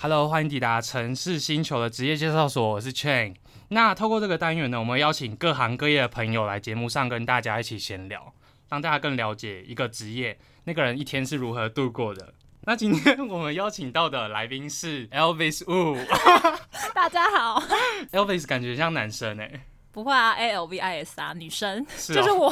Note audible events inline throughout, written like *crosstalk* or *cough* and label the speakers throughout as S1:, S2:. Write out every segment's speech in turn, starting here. S1: Hello，欢迎抵达城市星球的职业介绍所，我是 Chain。那透过这个单元呢，我们邀请各行各业的朋友来节目上跟大家一起闲聊，让大家更了解一个职业那个人一天是如何度过的。那今天我们邀请到的来宾是 Elvis Wu。 *laughs*
S2: 大家好， *laughs*
S1: Elvis 感觉像男生哎、
S2: 不会啊，A L V I S 啊，女生、
S1: 是哦
S2: 就是我，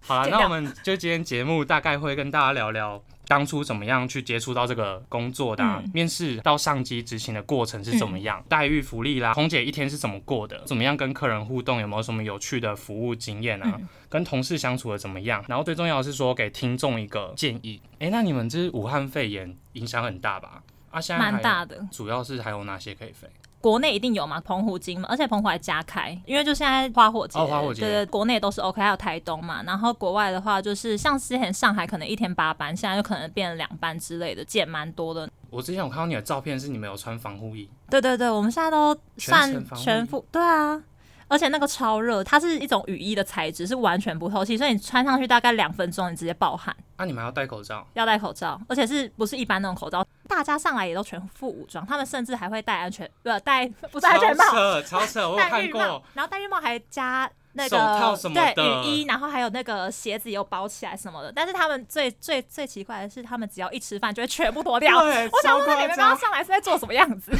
S1: 好了，
S2: 这
S1: 那
S2: 样
S1: 我们就今天节目大概会跟大家聊聊当初怎么样去接触到这个工作的、
S2: 嗯
S1: 啊面试到上机执行的过程是怎么样，待遇、福利啦，空姐一天是怎么过的，怎么样跟客人互动，有没有什么有趣的服务经验啊？
S2: 嗯
S1: 跟同事相处的怎么样？然后最重要的是说给听众一个建议。诶，那你们这武汉肺炎影响很大吧？啊，现在还
S2: 蛮大的。
S1: 主要是还有哪些可以飞？
S2: 国内一定有嘛，澎湖金门，而且澎湖还加开，因为就现在花火节，
S1: 哦花火节
S2: 对对，国内都是 OK，还有台东嘛。然后国外的话，就是像之前上海可能一天八班，现在就可能变两班之类的，减蛮多的。
S1: 我之前有看到你的照片，是你们有穿防护衣，
S2: 对对对，我们现在都算
S1: 全程防
S2: 全
S1: 疫
S2: 副，对啊。而且那个超热，它是一种雨衣的材质，是完全不透气，所以你穿上去大概两分钟，你直接暴汗。
S1: 那、啊你们还要戴口罩？
S2: 要戴口罩，而且是不是一般那种口罩？大家上来也都全副武装，他们甚至还会戴安全，不戴不是安全帽，
S1: 超扯，超扯，我有
S2: 戴
S1: 看
S2: 浴
S1: 过
S2: 帽。，然后戴浴帽还加那
S1: 手
S2: 个
S1: 套什么的
S2: 对雨衣，然后还有那个鞋子有包起来什么的。但是他们最最最奇怪的是，他们只要一吃饭就会全部脱掉。
S1: 对
S2: *laughs* 我想
S1: 超
S2: 问
S1: 夸
S2: 你们
S1: 张
S2: 刚刚上来是在做什么样
S1: *laughs*
S2: 子？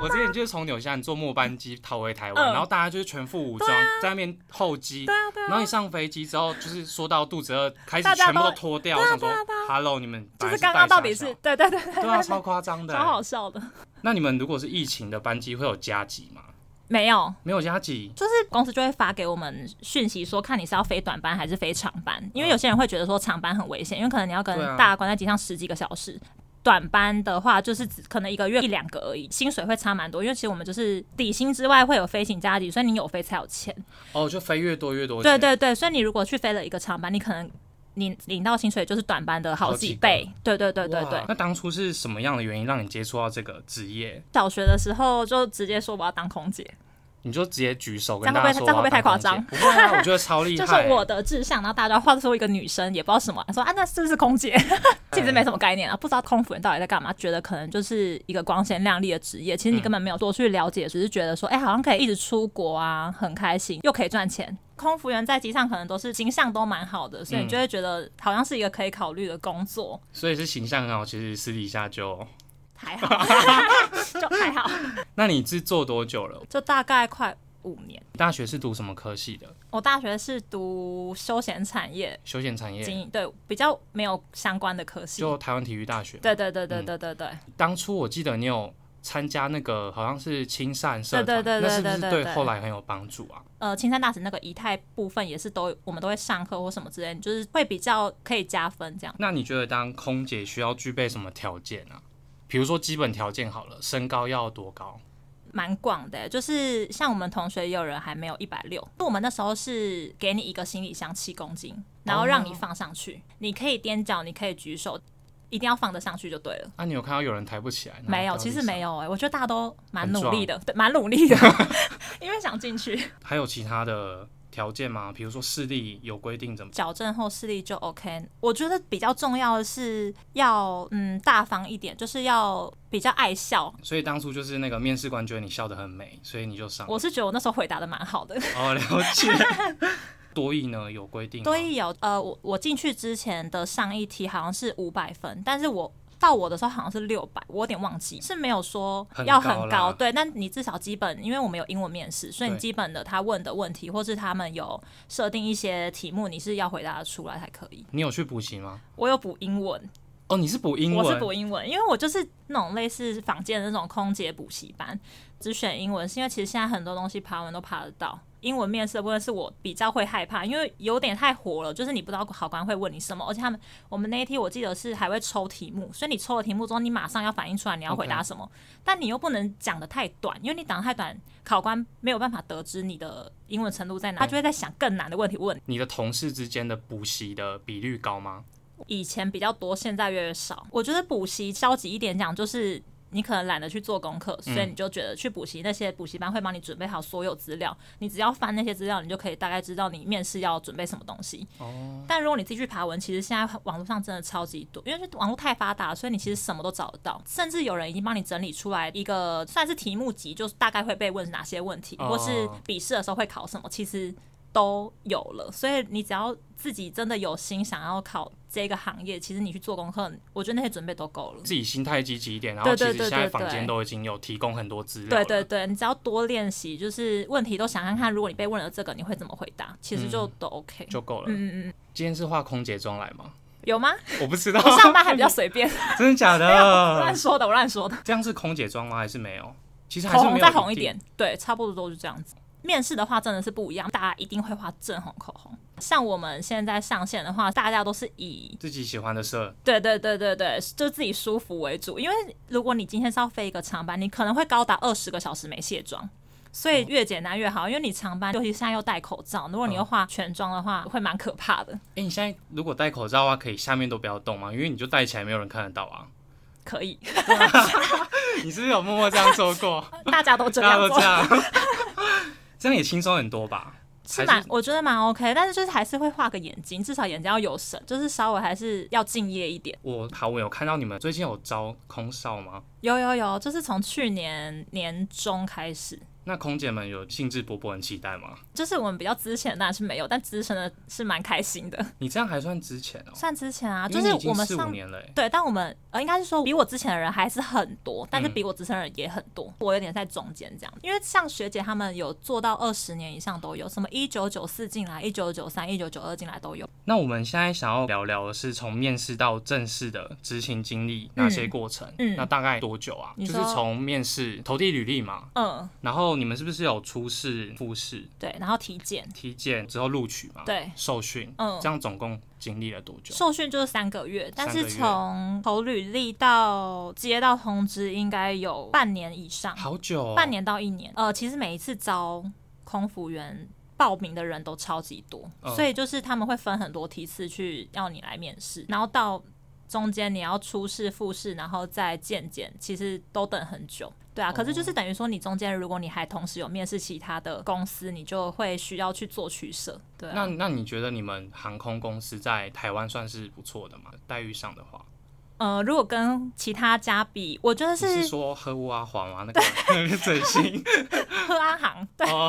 S1: 我之前就是从纽西兰坐末班机逃回台湾，
S2: 嗯啊
S1: 然后大家就是全副武装、在那边候机
S2: 对。啊对
S1: 然
S2: 啊
S1: 后一，上飞机之后，就是说到肚子饿，开始
S2: 大家
S1: 全部都
S2: 都
S1: 脱掉。我想说
S2: 对啊对啊
S1: ，Hello，你们
S2: 就
S1: 本来
S2: 是
S1: 是
S2: 刚刚
S1: 带
S2: 到底
S1: 傻
S2: 是
S1: 笑
S2: 对对对对
S1: 对
S2: *laughs*
S1: 啊，超夸张的
S2: 超好
S1: 欸。
S2: 笑的。
S1: 那你们如果是疫情的班机，会有加急吗？
S2: 没有，
S1: 没有加急，
S2: 就是公司就会发给我们讯息说，看你是要飞短班还是飞长班，因为有些人会觉得说长班很危险，因为可能你要跟
S1: 对啊
S2: 大家关在机上十几个小时。短班的话，就是只可能一个月一两个而已，薪水会差蛮多，因为其实我们就是底薪之外会有飞行加急，所以你有飞才有钱。
S1: 哦，就飞越多越多
S2: 对
S1: 钱。
S2: 对对，所以你如果去飞了一个长班，你可能你领到薪水就是短班的好
S1: 好几
S2: 几
S1: 个
S2: 倍。对对对对
S1: 哇
S2: 对，
S1: 那当初是什么样的原因让你接触到这个职业？
S2: 小学的时候就直接说我要当空姐，
S1: 你就直接举手
S2: 这
S1: 跟
S2: 样
S1: 大
S2: 会
S1: 家
S2: 不会
S1: 说
S2: 这
S1: 我要
S2: 样会不会太
S1: 当空姐。
S2: 夸张
S1: 不会啊，我觉得超厉害
S2: *laughs* 就
S1: 欸。
S2: 是我的志向，然后大家画出一个女生，也不知道什么，说啊，那是不是
S1: *laughs*
S2: 空姐？其实没什么概
S1: 嗯
S2: 念啊，不知道空服员到底在干嘛，觉得可能就是一个光鲜亮丽的职业，其实你
S1: 嗯
S2: 根本没有多去了解，只是觉得说，哎、好像可以一直出国啊，很开心，又可以赚钱。空服员在机上可能都是形象都蛮好的，所
S1: 嗯
S2: 以你就会觉得好像是一个可以考虑的工作，
S1: 所以是形象很好，其实私底下就…… *laughs*
S2: 还好，就还好，
S1: 那你是做多久了？
S2: 就大概快五年。
S1: 大学是读什么科系的？
S2: 我大学是读休闲产业
S1: 休闲产
S2: 经
S1: 业，
S2: 营，对，比较没有相关的科系。
S1: 就台湾体育大学。
S2: 对对对对对对对，
S1: 当初我记得你有参加那个好像是青善社团，
S2: 对对对对
S1: 那是不是
S2: 对
S1: 对
S2: 对对
S1: 后来很有帮助啊？
S2: 呃，青山大使那个仪态部分也是都我们都会上课或什么之类，就是会比较可以加分这样。
S1: 那你觉得当空姐需要具备什么条件啊？比如说基本条件好了，身高要多高？
S2: 蛮广的，就是像我们同学也有人还没有一百六，我们那时候是给你一个行李箱七公斤，然后让你放上去，你可以踮脚，你可以举手，一定要放得上去就对了。
S1: 啊，你有看到有人抬不起来？
S2: 没有，其实没
S1: 有。
S2: 有哎、我觉得大家都蛮
S1: 很
S2: 努
S1: 壮
S2: 力的，对，蛮努力的， *laughs* 因为想进去。
S1: 还有其他的条件吗？比如说视力有规定怎么？
S2: 矫正后视力就 OK。我觉得比较重要的是要嗯大方一点，就是要比较爱笑，
S1: 所以当初就是那个面试官觉得你笑得很美，所以你就上了。
S2: 我是觉得我那时候回答的蛮好的。
S1: 哦，了
S2: *laughs*
S1: 解。多益呢有规定吗？
S2: 多益有呃，我我进去之前的上一题好像是五百分，但是我到我的时候好像是六百，我有点忘记，是没有说
S1: 很高
S2: 要很
S1: 啦
S2: 高，对，但你至少基本，因为我们有英文面试，所以你
S1: 对
S2: 基本的他问的问题，或是他们有设定一些题目，你是要回答得出来才可以。
S1: 你有去补习吗？
S2: 我有补英文，
S1: 哦，你是补英文？
S2: 我是补英文，因为我就是那种类似坊间的那种空姐补习班，只选英文，是因为其实现在很多东西爬文都爬得到。英文面试的部分是我比较会害怕，因为有点太火了，就是你不知道考官会问你什么，而且他们我们那一题我记得是还会抽题目，所以你抽了题目之后，你马上要反应出来你要回答
S1: OK
S2: 什么但你又不能讲的太短，因为你讲的太短，考官没有办法得知你的英文程度在哪，他就会在想更难的问题问你。
S1: 你的同事之间的补习的比率高吗？
S2: 以前比较多，现在越来越少。我觉得补习消极一点讲，就是你可能懒得去做功课，
S1: 嗯
S2: 所以你就觉得去补习那些补习班会帮你准备好所有资料，你只要翻那些资料，你就可以大概知道你面试要准备什么东西。
S1: 哦，
S2: 但如果你自己去爬文，其实现在网络上真的超级多，因为网络太发达，所以你其实什么都找得到，甚至有人已经帮你整理出来一个算是题目集，就是大概会被问哪些问题，
S1: 哦
S2: 或是笔试的时候会考什么，其实都有了。所以你只要自己真的有心想要考这个行业，其实你去做功课，我觉得那些准备都够了。
S1: 自己心态积极一点，然后
S2: 对
S1: 其
S2: 对
S1: 实
S2: 对
S1: 现在
S2: 对
S1: 房间
S2: 对
S1: 都已经有提供很多资料
S2: 对
S1: 了，
S2: 对对，你只要多练习，就是问题都想看看，如果你被问了这个，你会怎么回答，其实就都 OK。
S1: 就够了。
S2: 嗯嗯嗯，
S1: 今天是化空姐妆来吗？ *laughs*
S2: 有吗？
S1: 我不知道，
S2: 我上班还比较随便，
S1: *laughs*
S2: *laughs*
S1: 真的假
S2: 乱
S1: *laughs* 的？
S2: 说的，我乱说的。
S1: 这样是空姐妆吗？还是没有？其实还
S2: 口
S1: 是没
S2: 红
S1: 有
S2: 再红一
S1: 定
S2: 点，对，差不多都是这样子。面试的话真的是不一样，大家一定会画正红口红。像我们现在上线的话，大家都是以
S1: 自己喜欢的色，
S2: 对对对对对，就自己舒服为主。因为如果你今天是要飞一个长班，你可能会高达二十个小时没卸妆，所
S1: 哦
S2: 以越简单越好。因为你长班，尤其现在又戴口罩，如果你
S1: 嗯
S2: 又化全妆的话，会蛮可怕的。
S1: 哎、你现在如果戴口罩的话，可以下面都不要动吗？因为你就戴起来，没有人看得到啊。 *laughs*
S2: 可以，
S1: 你是不是有默默这样做
S2: *laughs*
S1: 过？
S2: 大家都这
S1: 大家
S2: 样
S1: 都
S2: 做
S1: 这，样，这样也 *laughs* 轻松很多吧？
S2: 是
S1: 还
S2: 蛮，我觉得蛮 OK，但是就是还是会画个眼睛，至少眼睛要有神，就是稍微还是要敬业一点。
S1: 我好，我有看到你们最近有招空少吗？
S2: 有有有，就是从去年年中开始，
S1: 那空姐们有兴致勃勃很期待吗？
S2: 就是我们比较之前当然是没有，但资深的是蛮开心的，
S1: 你这样还算值钱哦、
S2: 算之前啊，
S1: 因
S2: 就
S1: 为
S2: 是
S1: 你已经
S2: 我们
S1: 四五
S2: 上。
S1: 年了、欸，
S2: 对，但我们呃，应该是说比我之前的人还是很多，但是
S1: 嗯
S2: 比我资深的人也很多，我有点在中间这样。因为像学姐她们有做到二十年以上都有，什么一九九四进来、一九九三、一九九二进来都有。
S1: 那我们现在想要聊聊的是从面试到正式的执行经历哪些过程？
S2: 嗯
S1: 那大概多久啊？
S2: 你
S1: 就是
S2: 说
S1: 从面试投递履历嘛，
S2: 嗯，
S1: 然后你们是不是有初试、复试、
S2: 对，然后体检，
S1: 体检之后录取嘛？，
S2: 对，
S1: 受训，
S2: 嗯
S1: 这样总共经历了多久？
S2: 受训就是三个月，但
S1: 三
S2: 是
S1: 个月
S2: 从投履历到接到通知，应该有半年以上，
S1: 好久、哦，
S2: 半。年到一年。呃，其实每一次招空服员报名的人都超级多，
S1: 嗯
S2: 所以就是他们会分很多梯次去要你来面试，然后到中间你要初试、复试，然后再见检，其实都等很久。对
S1: 哦
S2: 啊，可是就是等于说，你中间如果你还同时有面试其他的公司，你就会需要去做取舍。对、啊，
S1: 那那你觉得你们航空公司在台湾算是不错的吗？待遇上的话，
S2: 呃，如果跟其他家比，我觉得
S1: 你
S2: 是
S1: 是说喝乌啊黄啊那个那
S2: *laughs*
S1: 个整形？
S2: 喝安行，对，
S1: 哦，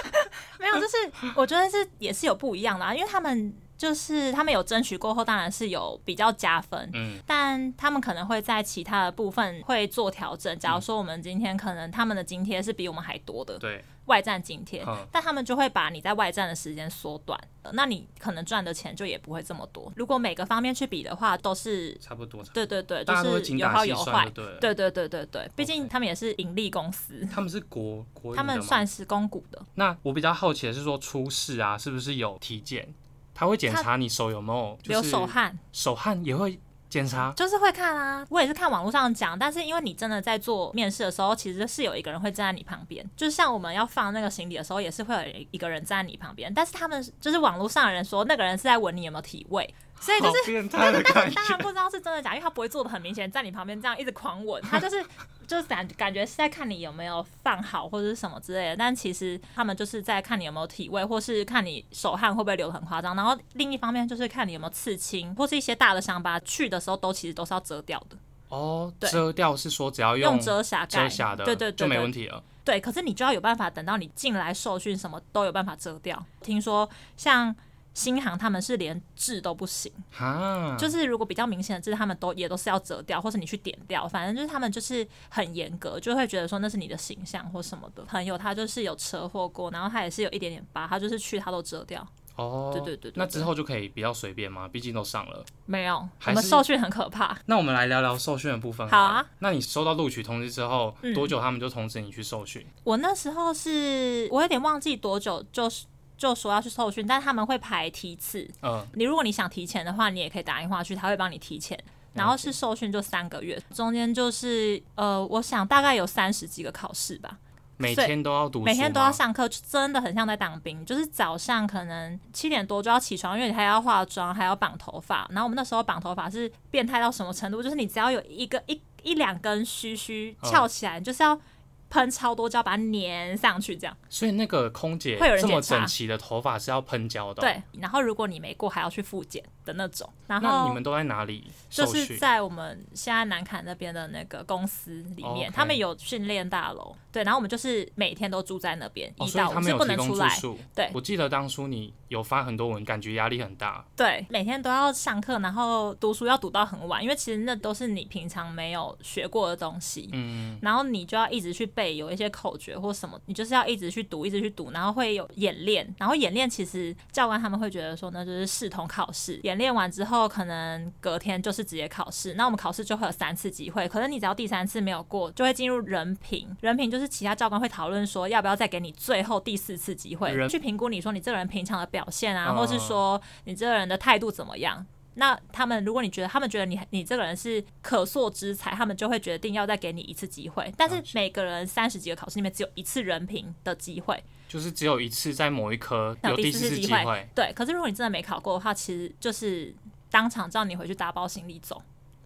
S2: *laughs* 没有，就是我觉得是也是有不一样的、啊，因为他们就是他们有争取过后，当然是有比较加分。
S1: 嗯，
S2: 但他们可能会在其他的部分会做调整。假如说我们今天可能他们的津贴是比我们还多的
S1: 嗯对，
S2: 外站津贴
S1: 嗯，
S2: 但他们就会把你在外站的时间缩短，呃那你可能赚的钱就也不会这么多。如果每个方面去比的话，都是
S1: 差不多。
S2: 对对对，就
S1: 大家都会
S2: 是
S1: 精
S2: 有
S1: 打
S2: 好
S1: 细
S2: 有
S1: 算就
S2: 坏。
S1: 对了。
S2: 对对对对对，毕竟
S1: OK
S2: 他们也是盈利公司，
S1: 他们是国国营
S2: 他
S1: 的
S2: 们
S1: 吗
S2: 算是公股的。
S1: 那我比较好奇的是说，出事啊，是不是有体检？他会检查你手有没有，就
S2: 流
S1: 是
S2: 手汗
S1: 手汗也会检查。
S2: 就是会看啊，我也是看网络上讲，但是因为你真的在做面试的时候，其实是有一个人会站在你旁边，就像我们要放那个行李的时候，也是会有一个人站在你旁边，但是他们就是网络上的人说那个人是在闻你有没有体味，所以就是。
S1: 好哦变态的
S2: *laughs*
S1: 感
S2: 当
S1: 觉。
S2: 然不知道是真的假，因为他不会做的很明显，在你旁边这样一直狂吻，他就是就是感感觉是在看你有没有放好或者是什么之类的，但其实他们就是在看你有没有体味，或是看你手汗会不会流的很夸张，然后另一方面就是看你有没有刺青或是一些大的伤疤，去的时候都其实都是要遮掉的，
S1: 哦，
S2: 对
S1: 遮掉是说只要
S2: 用
S1: 遮
S2: 遮瑕盖，
S1: 瑕的，
S2: 对对对
S1: 就没
S2: 对
S1: 问题了。
S2: 对，可是你就要有办法，等到你进来受训，什么都有办法遮掉。听说像新航他们是连痣都不行，
S1: 哈，
S2: 就是如果比较明显的痣，他们都也都是要遮掉，或者你去点掉，反正就是他们就是很严格，就会觉得说那是你的形象或什么的。朋友他就是有车祸过，然后他也是有一点点疤，他就是去他都遮掉，
S1: 哦，
S2: 对对对对
S1: 那之后就可以比较随便吗？毕竟都上了。
S2: 没有。
S1: 还
S2: 我们
S1: 是
S2: 受训很可怕，
S1: 那我们来聊聊受训的部分。
S2: 嗯好啊。
S1: 那你收到录取通知之后，
S2: 嗯
S1: 多久他们就通知你去受训？
S2: 我那时候是呃我有点忘记多久就是就说要去受训，但他们会排梯次，
S1: 嗯，
S2: 你如果你想提前的话，你也可以打电话去，他会帮你提前。然后是受训就三个月，中间就是呃，我想大概有三十几个考试吧，
S1: 每天都要读书吗，
S2: 每天都要上课，就真的很像在当兵。就是早上可能七点多就要起床，因为你还要化妆，还要绑头发。然后我们那时候绑头发是变态到什么程度？就是你只要有一个一一两根须须
S1: 嗯
S2: 翘起来，你就是要喷超多胶把它粘上去，这样
S1: 所以那个空姐
S2: 会有人
S1: 这么
S2: 检查
S1: 整齐的头发是要喷胶的哦、
S2: 对。然后如果你没过，还要去复检的那种。然
S1: 那你
S2: 后
S1: 们都在哪里受
S2: 就
S1: 训？哦
S2: 是在我们现在南坎那边的那个公司里面
S1: OK
S2: 他们有训练大楼，对，然后我们就是每天都住在那边，
S1: 哦，
S2: 一
S1: 所以
S2: 到
S1: 他
S2: 五
S1: 们
S2: 是
S1: 有
S2: 不
S1: 提
S2: 能
S1: 供
S2: 出
S1: 住
S2: 来，
S1: 宿。
S2: 对
S1: 我记得当初你有发很多文，感觉压力很大。
S2: 对，每天都要上课，然后读书要读到很晚，因为其实那都是你平常没有学过的东西，
S1: 嗯，
S2: 然后你就哦要一直去背有一些口诀或什么，你就是要一直去读，一直去读，然后会有演练，然后演练其实教官他们会觉得说呢，就是视同考试，演练完之后可能隔天就是直接考试，那我们考试就会有三次机会，可是你只要第三次没有过，就会进入人评，人评就是其他教官会讨论说要不要再给你最后第四次机会
S1: 人
S2: 去评估你说你这个人平常的表现啊，
S1: 嗯
S2: 或是说你这个人的态度怎么样，那他们如果你觉得他们觉得你你这个人是可塑之才，他们就会决定要再给你一次机会。但是
S1: 了解
S2: 每个人三十几个考试里面只有一次人评的机会，
S1: 就是只有一次在某一科
S2: 那
S1: 有
S2: 第
S1: 第
S2: 四
S1: 四
S2: 次
S1: 次
S2: 机
S1: 机
S2: 会
S1: 会，
S2: 对。可是如果你真的没考过的话，其实就是当场叫你回去打包行李走，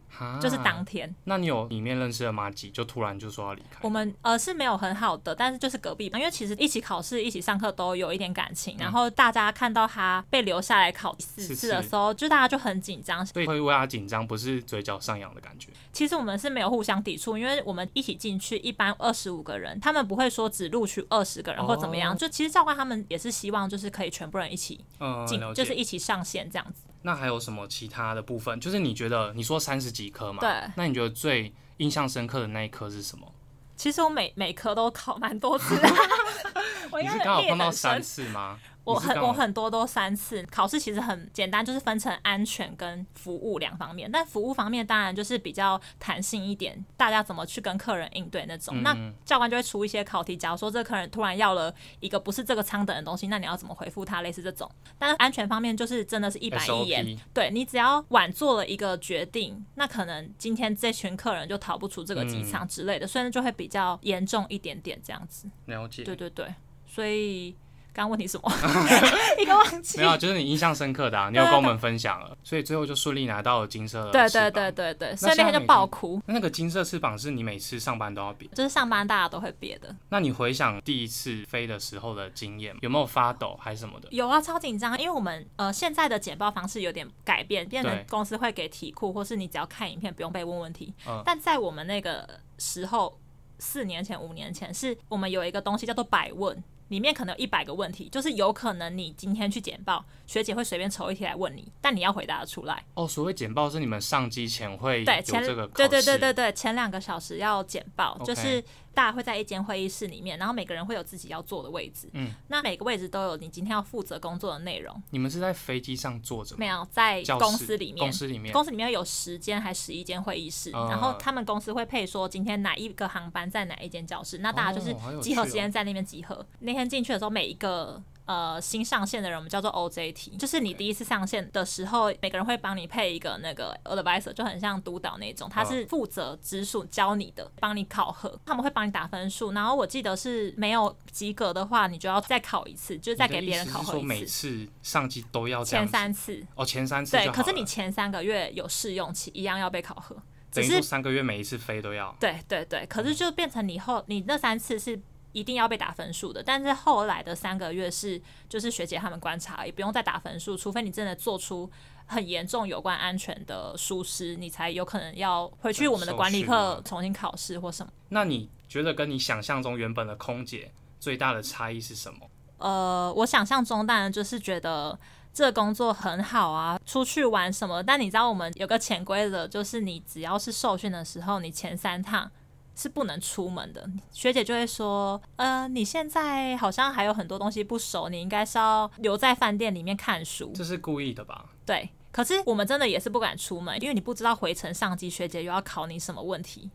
S1: 哈
S2: 就是当。天。
S1: 那你有里面认识的马吉，就突然就说要离开
S2: 我。们呃是没有很好的，但是就是隔壁班，因为其实一起考试、一起上课都有一点感
S1: 嗯
S2: 情。然后大家看到他被留下来考四
S1: 四
S2: 次的
S1: 次
S2: 时候，就大家就很紧张，
S1: 所以会为他紧张，不是嘴角上扬的感觉。
S2: 其实我们是没有互相抵触，因为我们一起进去，一般二十五个人，他们不会说只录取二十个人或怎么样。
S1: 哦
S2: 就其实教官他们也是希望，就是可以全部人一起
S1: 嗯，
S2: 进，
S1: 了解。
S2: 就是一起上线这样子。
S1: 那还有什么其他的部分？就是你觉得你说三十几科嘛？
S2: 对。
S1: 那你觉得最印象深刻的那一科是什么？
S2: 其实我每每科都考蛮多次，
S1: *laughs*
S2: 我应
S1: 你是
S2: 该
S1: 刚好
S2: 列得
S1: 碰到
S2: 很
S1: 三
S2: 深。
S1: 次吗？
S2: 我
S1: 你是
S2: 很
S1: 刚好
S2: 我很多都三次，考试其实很简单，就是分成安全跟服务两方面。但服务方面当然就是比较弹性一点，大家怎么去跟客人应对那
S1: 嗯
S2: 种。那教官就会出一些考题，假如说这客人突然要了一个不是这个舱等的东西，那你要怎么回复他？类似这种。但是安全方面就是真的是一板一
S1: SOP
S2: 眼，对你只要晚做了一个决定，那可能今天这群客人就逃不出这个机
S1: 嗯
S2: 场之类的，所以那就会比较严重一点点这样子。
S1: 了解。
S2: 对对对，所以刚刚问
S1: *laughs*
S2: 题是什么？一个忘记
S1: 没。有，就是你印象深刻的、啊，你有跟我们分享了，所以最后就顺利拿到了金色的
S2: 对
S1: 翅
S2: 对
S1: 膀
S2: 对。对对，所
S1: 那现
S2: 以那
S1: 在
S2: 天就
S1: 每
S2: 爆
S1: 天
S2: 哭，
S1: 那那个金色翅膀是你每次上班都要比。
S2: 就是上班大家都会憋的。
S1: 那你回想第一次飞的时候的经验，有没有发抖还是什么的？
S2: 有啊，超紧张，因为我们呃现在的简报方式有点改变，变成
S1: 对
S2: 公司会给题库，或是你只要看影片不用被问问题。
S1: 嗯
S2: 但在我们那个时候，四年前、五年前，是我们有一个东西叫做百问。里面可能有一百个问题，就是有可能你今天去简报，学姐会随便抽一题来问你，但你要回答得出来。
S1: 哦，所谓简报是你们上机前会有
S2: 对，前
S1: 这个考
S2: 对
S1: 试，
S2: 对对对对，前两个小时要简报
S1: OK
S2: 就是大家会在一间会议室里面，然后每个人会有自己要坐的位置，
S1: 嗯，
S2: 那每个位置都有你今天要负责工作的内容，
S1: 你们是在飞机上坐着吗？
S2: 没有在
S1: 教
S2: 公
S1: 室
S2: 司里面
S1: 公。司里面，
S2: 公司里面有十间还十一间会议室
S1: 嗯
S2: 然后他们公司会配说今天哪一个航班在哪一间教室，那大家就是
S1: 哦好有
S2: 集合
S1: 趣哦
S2: 时间在那边集合。那天进去的时候，每一个呃新上线的人，我们叫做 OJT，就是你第一次上线的时候，每个人会帮你配一个那个 advisor，就很像督导那种，他是负责直属教你的，帮你考核，他们会帮你打分数。然后我记得是没有及格的话，你就要再考一次，就是再给别人考
S1: 你的意思是说
S2: 核
S1: 每
S2: 一次，
S1: 次上机都要这样
S2: 前
S1: 子
S2: 三次。
S1: 哦，前三次
S2: 对，
S1: 就
S2: 可
S1: 好
S2: 是你
S1: 了
S2: 前三个月有试用期，一样要被考核，只
S1: 等于
S2: 是
S1: 说嗯三个月每一次飞都要。
S2: 对对对，可是就变成你后你那三次是一定要被打分数的，但是后来的三个月是就是学姐他们观察，也不用再打分数，除非你真的做出很严重有关安全的疏失，你才有可能要回去我们的管理
S1: 受
S2: 课
S1: 训啊
S2: 重新考试或什么。
S1: 那你觉得跟你想象中原本的空姐最大的差异是什么？
S2: 呃，我想象中当然就是觉得。这工作很好啊，出去玩什么？但你知道我们有个潜规则，就是你只要是受训的时候，你前三趟是不能出门的。学姐就会说，呃，你现在好像还有很多东西不熟，你应该是要留在饭店里面看书。
S1: 这是故意的吧？
S2: 对，可是我们真的也是不敢出门，因为你不知道回程上机学姐又要考你什么问题，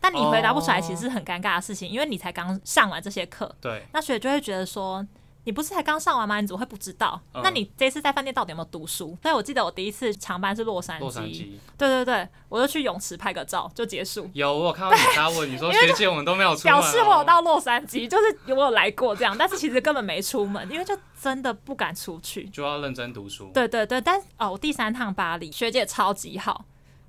S2: 但你回答不出来，
S1: 哦
S2: 其实是很尴尬的事情，因为你才刚上完这些课，
S1: 对，
S2: 那学姐就会觉得说。你不是才刚上完吗？你怎么会不知道？
S1: 嗯
S2: 那你这次在饭店到底有没有读书？所以我记得我第一次长班是洛杉矶，
S1: 洛杉矶
S2: 对对对，我就去泳池拍个照就结束，
S1: 有我有看到你发问，你说学姐我们都没有出门哦、
S2: 表示我有到洛杉矶， *laughs* 就是我有来过这样，但是其实根本没出门，因为就真的不敢出去。
S1: 就要认真读书。
S2: 对对对，但哦，我第三趟巴黎学姐超级好，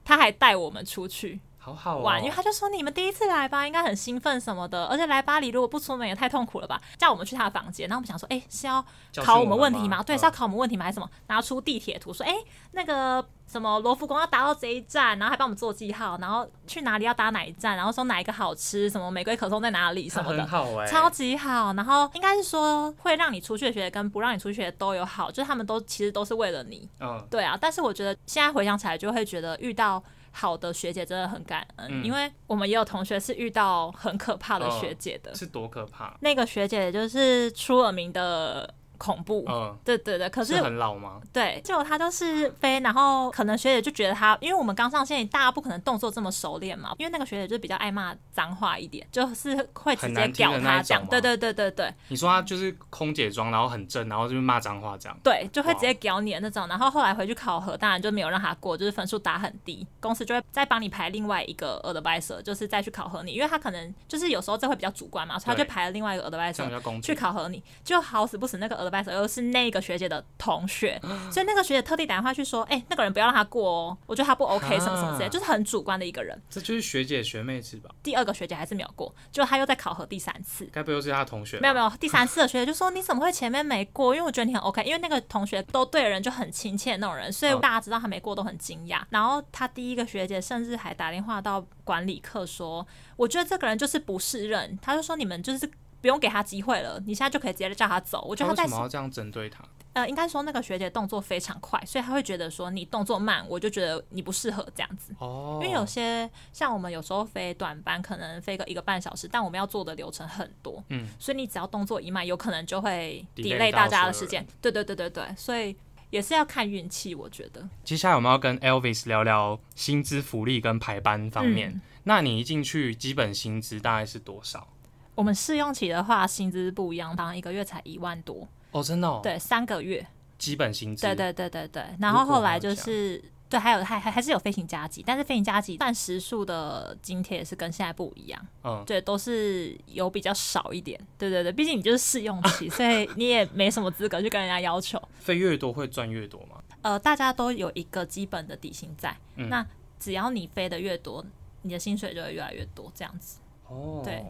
S2: 她还带我们出去，
S1: 好好
S2: 玩，
S1: 哦
S2: 因为他就说你们第一次来吧，应该很兴奋什么的，而且来巴黎如果不出门也太痛苦了吧，叫我们去他的房间，然后我们想说，哎、是要
S1: 教训
S2: 考我
S1: 我
S2: 们
S1: 们
S2: 问题
S1: 吗
S2: 吗？对，
S1: 嗯
S2: 是要考我们问题吗？还是什么？拿出地铁图说，哎、那个什么罗浮宫要达到这一站，然后还帮我们做记号，然后去哪里要搭哪一站，然后说哪一个好吃，什么玫瑰可颂在哪里
S1: 他
S2: 什么的
S1: 很。好哎、
S2: 超级好，然后应该是说会让你出去的学跟不让你出去的都有好，就是他们都其实都是为了你，
S1: 嗯，
S2: 对啊，但是我觉得现在回想起来，就会觉得遇到好的学姐真的很感恩，
S1: 嗯
S2: 因为我们也有同学是遇到很可怕的
S1: 哦
S2: 学姐的。
S1: 是多可怕，
S2: 那个学姐就是出了名的恐怖，
S1: 嗯，
S2: 对对对。可是
S1: 是很老吗？
S2: 对，结果她就是飞，然后可能学姐就觉得她，因为我们刚上线，大家不可能动作这么熟练嘛，因为那个学姐就比较爱骂脏话一点，就是会直
S1: 很
S2: 接
S1: 难听
S2: 屌
S1: 的那
S2: 她
S1: 一
S2: 这样，
S1: 种
S2: 对
S1: 吗
S2: 对对对对。
S1: 你说他就是空姐装，然后很正，然后就是骂脏话这样，
S2: 对，就会
S1: 哇
S2: 直接屌你的那种。然后后来回去考核，当然就没有让他过，就是分数打很低，公司就会再帮你排另外一个 advisor，就是再去考核你，因为他可能就是有时候这会比较主观嘛，所以他
S1: 对
S2: 就排了另外一个
S1: 这样
S2: advisor。
S1: 比较公
S2: 去
S1: 平。
S2: 考核你，就好死不死，那个 advisor 又是那个学姐的同学，
S1: 嗯
S2: 所以那个学姐特地打电话去说，哎、那个人不要让他过哦，我觉得他不 OK 什么什么之类，
S1: 啊
S2: 就是很主观的一个人。
S1: 这就是学姐学妹制吧？
S2: 第二个学姐还是没有过，就他又在考核第三次，
S1: 该不会又是他同学吧？
S2: 没有没有，第三次的学姐就说你怎么会前面没过？因为我觉得你很 OK，因为那个同学都对人就很亲切那种人，所以
S1: 嗯
S2: 大家知道他没过都很惊讶。然后他第一个学姐甚至还打电话到管理课说，我觉得这个人就是不是人，他就说你们就是。不用给他机会了，你现在就可以直接叫他走。我觉
S1: 他
S2: 得
S1: 为
S2: 他
S1: 什
S2: 在
S1: 么要这样针对他？
S2: 呃，应该说那个学姐动作非常快，所以他会觉得说你动作慢，我就觉得你不适合这样子。
S1: 哦，
S2: 因为有些像我们有时候飞短班，可能飞个一个半小时，但我们要做的流程很多，
S1: 嗯，
S2: 所以你只要动作一慢，有可能就会
S1: delay
S2: delay
S1: 到
S2: 大家的
S1: 所有
S2: 时间。对对对对对，所以也是要看运气，我觉得。
S1: 接下来我们要跟 Elvis 聊聊薪资福利跟排班方面。
S2: 嗯
S1: 那你一进去，基本薪资大概是多少？
S2: 我们试用期的话，薪资不一样，当然一个月才一万多，
S1: 哦，真的、哦，，
S2: 对，三个月，
S1: 基本薪资，
S2: 对对对对对。然后
S1: 如果
S2: 后来
S1: 还有
S2: 就
S1: 加
S2: 是对，还有还还还是有飞行加急，但是飞行加急算时数的津贴也是跟现在不一样。
S1: 嗯，
S2: 对，都是有比较少一点。对对对，毕竟你就是试用期，所以你也没什么资格去跟人家要求。
S1: 飞越多会赚越多嘛？
S2: 呃，大家都有一个基本的底薪在，
S1: 嗯
S2: 那只要你飞的越多，你的薪水就会越来越多，这样子。
S1: 哦，
S2: 对。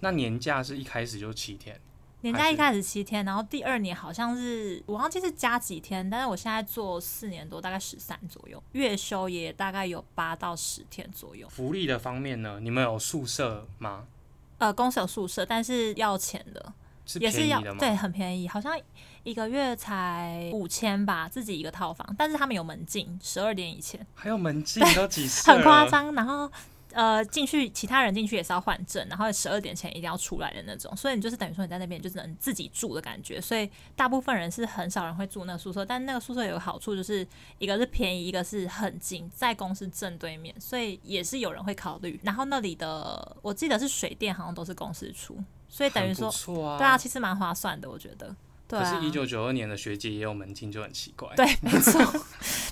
S1: 那年假是一开始就七天，
S2: 年
S1: 还
S2: 假
S1: 是
S2: 一开始七天，然后第二年好像是我忘记是加几天，但是我现在做四年多，大概十三左右，月休也大概有八到十天左右。
S1: 福利的方面呢，你们有宿舍吗？
S2: 呃，公司有宿舍，但是要钱的，
S1: 是
S2: 也
S1: 便
S2: 是要
S1: 宜的吗？
S2: 对，很便宜，好像一个月才五千吧，自己一个套房，但是他们有门禁，十二点以前，
S1: 还有门禁都几岁了
S2: *laughs* 很夸。张。然后呃，进去其他人进去也是要换证，然后十二点前一定要出来的那种，所以你就是等于说你在那边就只能自己住的感觉。所以大部分人是很少人会住那个宿舍，但那个宿舍有个好处就是一个是便宜，一个是很近，在公司正对面，所以也是有人会考虑。然后那里的我记得是水电好像都是公司出，所以等于
S1: 很
S2: 说
S1: 不错啊，
S2: 对啊，，其实蛮划算的，我觉得。对
S1: 可 *laughs*
S2: 啊
S1: 是，，一九九二年的学姐也有门禁，就很奇怪。
S2: 对，没错。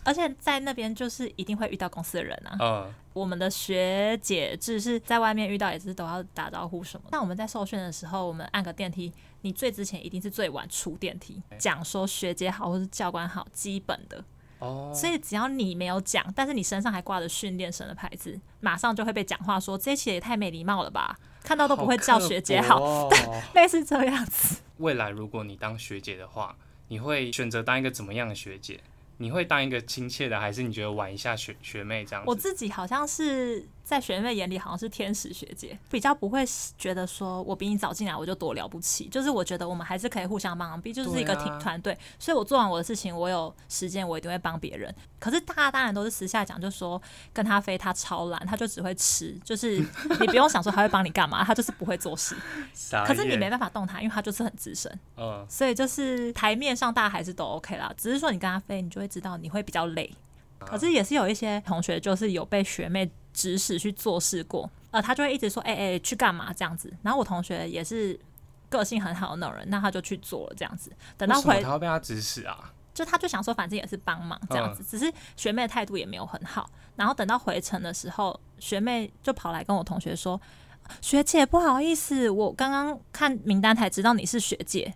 S2: 而且在那边就是一定会遇到公司的人啊。
S1: 嗯，
S2: 我们的学姐制是在外面遇到也是都要打招呼什么的。那我们在受训的时候，我们按个电梯，你最之前一定是最晚出电梯，讲说学姐好或是教官好，基本的。
S1: 哦，
S2: 所以只要你没有讲，但是你身上还挂着训练生的牌子，马上就会被讲话说这一期也太没礼貌了吧，看到都不会叫学姐好，
S1: 好哦刻薄哦。
S2: 类似这样子。
S1: 未来如果你当学姐的话，你会选择当一个怎么样的学姐？你会当一个亲切的，还是你觉得玩一下学学妹这样
S2: 我
S1: 子？
S2: 自己好像是在学妹眼里好像是天使学姐，比较不会觉得说我比你早进来我就多了不起，就是我觉得我们还是可以互相帮比就是一个
S1: 对啊
S2: 挺团队。所以我做完我的事情，我有时间我一定会帮别人。可是大家当然都是私下讲，就说跟他飞他超懒，他就只会吃，就是你不用想说他会帮你干嘛，他就是不会
S1: *laughs*
S2: 做事。
S1: 傻
S2: 可是你
S1: 眼
S2: 没办法动他，因为他就是很资深，
S1: 嗯，
S2: 所以就是台面上大家还是都 OK 啦，只是说你跟他飞，你就会知道你会比较累。
S1: 啊
S2: 可是也是有一些同学，就是有被学妹指使去做事过，呃，他就会一直说，哎、哎、去干嘛这样子。然后我同学也是个性很好的那种人，那他就去做了这样子。等到
S1: 为什么
S2: 回
S1: 他，会被他指使啊？
S2: 就他就想说，反正也是帮忙这样子，只是学妹的态度也没有很好。然后等到回程的时候，学妹就跑来跟我同学说。学姐，不好意思，我刚刚看名单才知道你是学姐。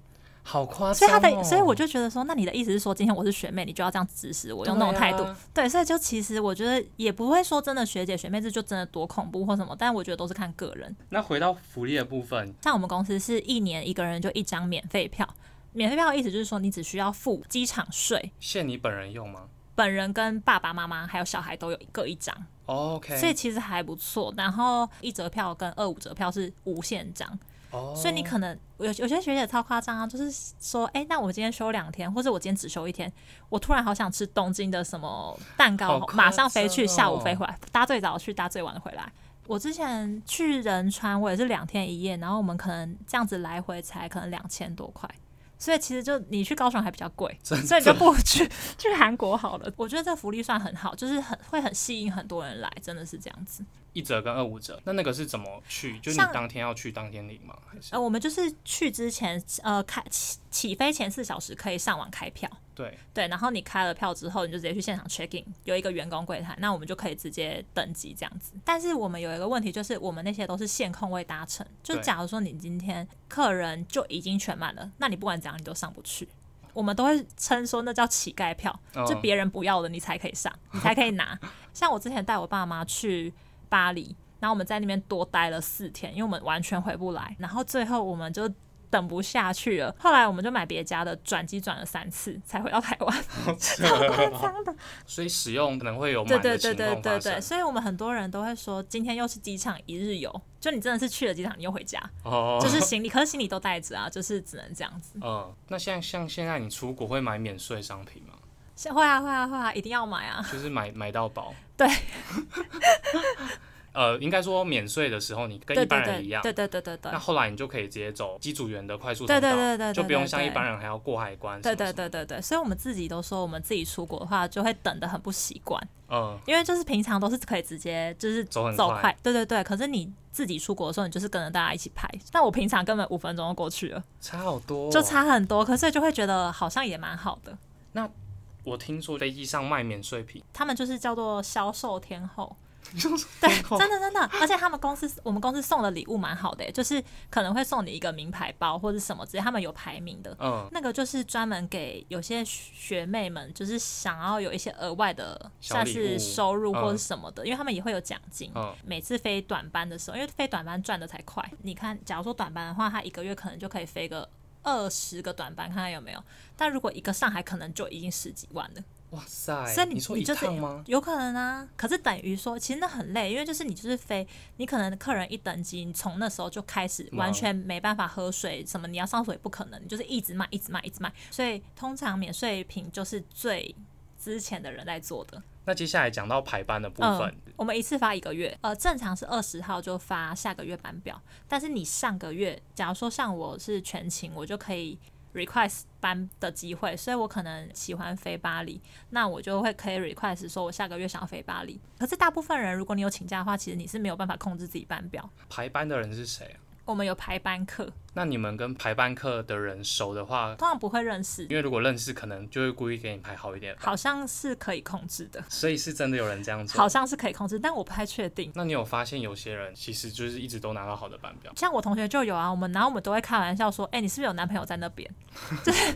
S1: 好夸
S2: 所
S1: 张、哦。
S2: 以他的，所以我就觉得说，那你的意思是说，今天我是学妹，你就要这样指使我，用那种态度
S1: 对啊。
S2: 对，所以就其实我觉得也不会说真的学姐学妹制就真的多恐怖或什么，但我觉得都是看个人。
S1: 那回到福利的部分，
S2: 像我们公司是一年一个人就一张免费票，免费票的意思就是说你只需要付机场税，
S1: 限你本人用吗
S2: 本人跟爸爸妈妈还有小孩都有各一张，
S1: 哦？OK，
S2: 所以其实还不错。然后一折票跟二五折票是无限张，
S1: 哦，
S2: 所以你可能有有些学姐超夸张啊，就是说，哎、那我今天休两天，或者我今天只休一天，我突然好想吃东京的什么蛋糕，
S1: 好夸张哦
S2: 马上飞去，下午飞回来，搭最早去，搭最晚回来。我之前去仁川，我也是两天一夜，然后我们可能这样子来回才可能两千多块。所以其实就你去高雄还比较贵，
S1: 真的
S2: 所以你就不如
S1: *laughs*
S2: 去去韩国好了。我觉得这福利算很好，就是很会很吸引很多人来，真的是这样子。
S1: 一折跟二五折，那那个是怎么去？就你
S2: 像
S1: 当天要去，当天领吗？还是
S2: 呃，我们就是去之前，呃，开起起飞前四小时可以上网开票，
S1: 对
S2: 对，然后你开了票之后，你就直接去现场 check in，有一个员工柜台，那我们就可以直接登机这样子。但是我们有一个问题，就是我们那些都是限空位搭乘，就
S1: 对
S2: 假如说你今天客人就已经全满了，那你不管怎样你都上不去。我们都会称说那叫乞丐票，
S1: 哦
S2: 就别人不要的你才可以上，你才可以
S1: *laughs*
S2: 拿。像我之前带我爸妈去巴黎，然后我们在那边多待了四天，因为我们完全回不来，然后最后我们就等不下去了，后来我们就买别家的，转机转了三次才回到台湾，
S1: *laughs*
S2: 超夸张的。
S1: 所以使用可能会有
S2: 对
S1: 满
S2: 对
S1: 的
S2: 对
S1: 情
S2: 对
S1: 况
S2: 对
S1: 发
S2: 对，
S1: 生。
S2: 所以我们很多人都会说，今天又是机场一日游，就你真的是去了机场，你又回家，
S1: 哦，
S2: 就是
S1: *laughs*
S2: 行李，可是行李都带着啊，就是只能这样子。
S1: 嗯，那像像现在你出国会买免税商品吗？
S2: 是会啊会啊会啊，一定要买啊！
S1: 就是买 *laughs* 买到饱。
S2: 对。
S1: 呃，应该说免税的时候，你跟
S2: 对
S1: 一
S2: 对
S1: 般人
S2: 对
S1: 一样。
S2: 对对对对对
S1: 那后来你就可以直接走机组员的快速
S2: 对
S1: 通道，
S2: 对对对对
S1: 就不
S2: 对
S1: 用
S2: 对
S1: 像一
S2: 对
S1: 般人还要过海关。
S2: 对对，对对对，所以我们自己都说，我们自己出国的话，就会等的很不习惯。
S1: 嗯，
S2: 因为就是平常都是可以直接就是
S1: 走很
S2: 走
S1: 快
S2: 快，对对对。可是你自己出国的时候，你就是跟着大家一起拍。但我平常根本五分钟就过去了，
S1: 差好多、哦，
S2: 就差很多。可是就会觉得好像也蛮好的。
S1: 我听说飞机上卖免税
S2: *laughs*
S1: 品，
S2: 他们就是叫做销售天后，
S1: 对，
S2: 真的真的。而且他们公司我们公司送的礼物蛮好的、就是可能会送你一个名牌包或者什么之类，他们有排名的。
S1: 嗯，
S2: 那个就是专门给有些学妹们，就是想要有一些额外的，
S1: 小
S2: 像
S1: 礼物
S2: 是收入
S1: 嗯
S2: 或是什么的，因为他们也会有奖金。
S1: 嗯
S2: 每次飞短班的时候，因为飞短班赚的才快。你看，假如说短班的话，他一个月可能就可以飞个二十个短班，看看有没有。但如果一个上海，可能就已经十几万了。
S1: 哇塞，
S2: 所以
S1: 你说
S2: 你
S1: 一
S2: 就是
S1: 趟吗？
S2: 有可能啊，可是等于说，其实那很累，因为就是你就是飞，你可能客人一登机，你从那时候就开始
S1: 忙
S2: 完全没办法喝水，什么你要上厕所也不可能，你就是一直卖，一直卖，一直卖。所以通常免税品就是最之前的人在做的。
S1: 那接下来讲到排班的部分，
S2: 嗯我们一次发一个月，呃，正常是二十号就发下个月班表，但是你上个月，假如说像我是全勤，我就可以 request 班的机会，所以我可能喜欢飞巴黎，那我就会可以 request 说我下个月想要飞巴黎。可是大部分人，如果你有请假的话，其实你是没有办法控制自己班表。
S1: 排班的人是谁啊？
S2: 我们有排班课，
S1: 那你们跟排班课的人熟的话，
S2: 通常不会认识，
S1: 因为如果认识，可能就会故意给你排好一点。
S2: 好像是可以控制的，
S1: 所以是真的有人这样做。
S2: 好像是可以控制，但我不太确定。
S1: 那你有发现有些人其实就是一直都拿到好的班表，
S2: 像我同学就有啊，我们然后我们都会开玩笑说，哎、你是不是有男朋友在那边？ *laughs* 就是，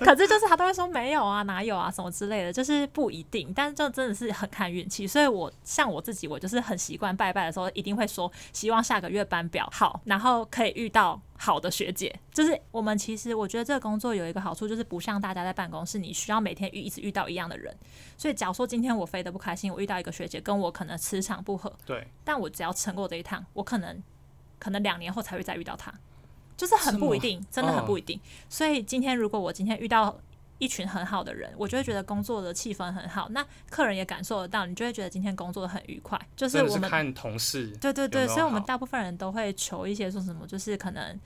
S2: 可是就是他都会说没有啊，哪有啊，什么之类的，就是不一定。但是这真的是很看运气，所以我像我自己，我就是很习惯拜拜的时候一定会说，希望下个月班表好，然后可以遇到。好的学姐，就是我们其实我觉得这个工作有一个好处，就是不像大家在办公室，你需要每天遇一直遇到一样的人。所以，假如说今天我飞得不开心，我遇到一个学姐跟我可能磁场不合，
S1: 对，
S2: 但我只要撑过这一趟，我可能可能两年后才会再遇到他，就是很不一
S1: 哦
S2: 定，真的很不一定。所以今天如果我今天遇到一群很好的人，我就会觉得工作的气氛很好，那客人也感受得到，你就会觉得今天工作很愉快。就是
S1: 真的
S2: 我
S1: 是
S2: 们
S1: 看同事。
S2: 对对对，
S1: 有没有
S2: 所以我们
S1: 好
S2: 大部分人都会求一些说什么，就是可能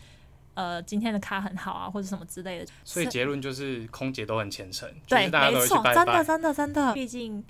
S2: 呃今天的咖很好啊，或者什么之类的。
S1: 所以结论就是空姐都很虔诚，就是
S2: 对，
S1: 大家都
S2: 没
S1: 会去
S2: 错，
S1: 拜
S2: 真
S1: 拜
S2: 的，。真的，真的。毕竟，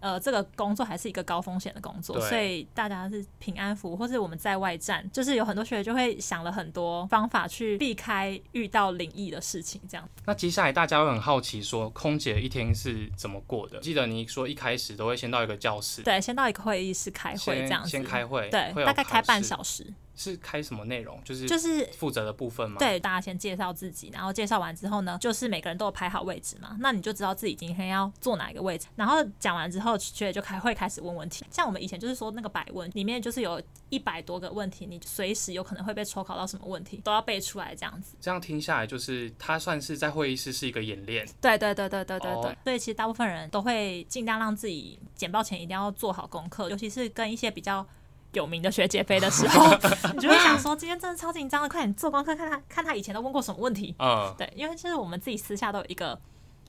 S2: 呃，这个工作还是一个高风险的工作，
S1: 对
S2: 所以大家是平安符，或是我们在外站，就是有很多学员就会想了很多方法去避开遇到灵异的事情，这样。
S1: 那接下来大家会很好奇说，空姐一天是怎么过的？记得你说一开始都会先到一个教室，
S2: 对，先到一个会议室开会，
S1: 先
S2: 这样子。
S1: 先开会，
S2: 对
S1: 会，有
S2: 大概开
S1: 考
S2: 半
S1: 试
S2: 小时，
S1: 是开什么内容？就是
S2: 就是
S1: 负责的部分吗？，
S2: 对，大家先介绍自己，然后介绍完之后呢，就是每个人都有排好位置嘛，那你就知道自己今天要坐哪一个位置。然后讲完之后，学姐就开会开始问问题。像我们以前就是说那个百问里面就是有一百多个问题，你随时有可能会被抽考到什么问题，都要背出来这样子。
S1: 这样听下来就是他算是在会议室是一个演练，
S2: 对对对对对对对。
S1: 哦
S2: 所以其实大部分人都会尽量让自己简报前一定要做好功课，尤其是跟一些比较。有名的学姐飞的时候， *laughs* 你就会想说，今天真的超紧张的，快点做功课，看他看他以前都问过什么问题。
S1: 嗯，
S2: 对，因为就是我们自己私下都有一个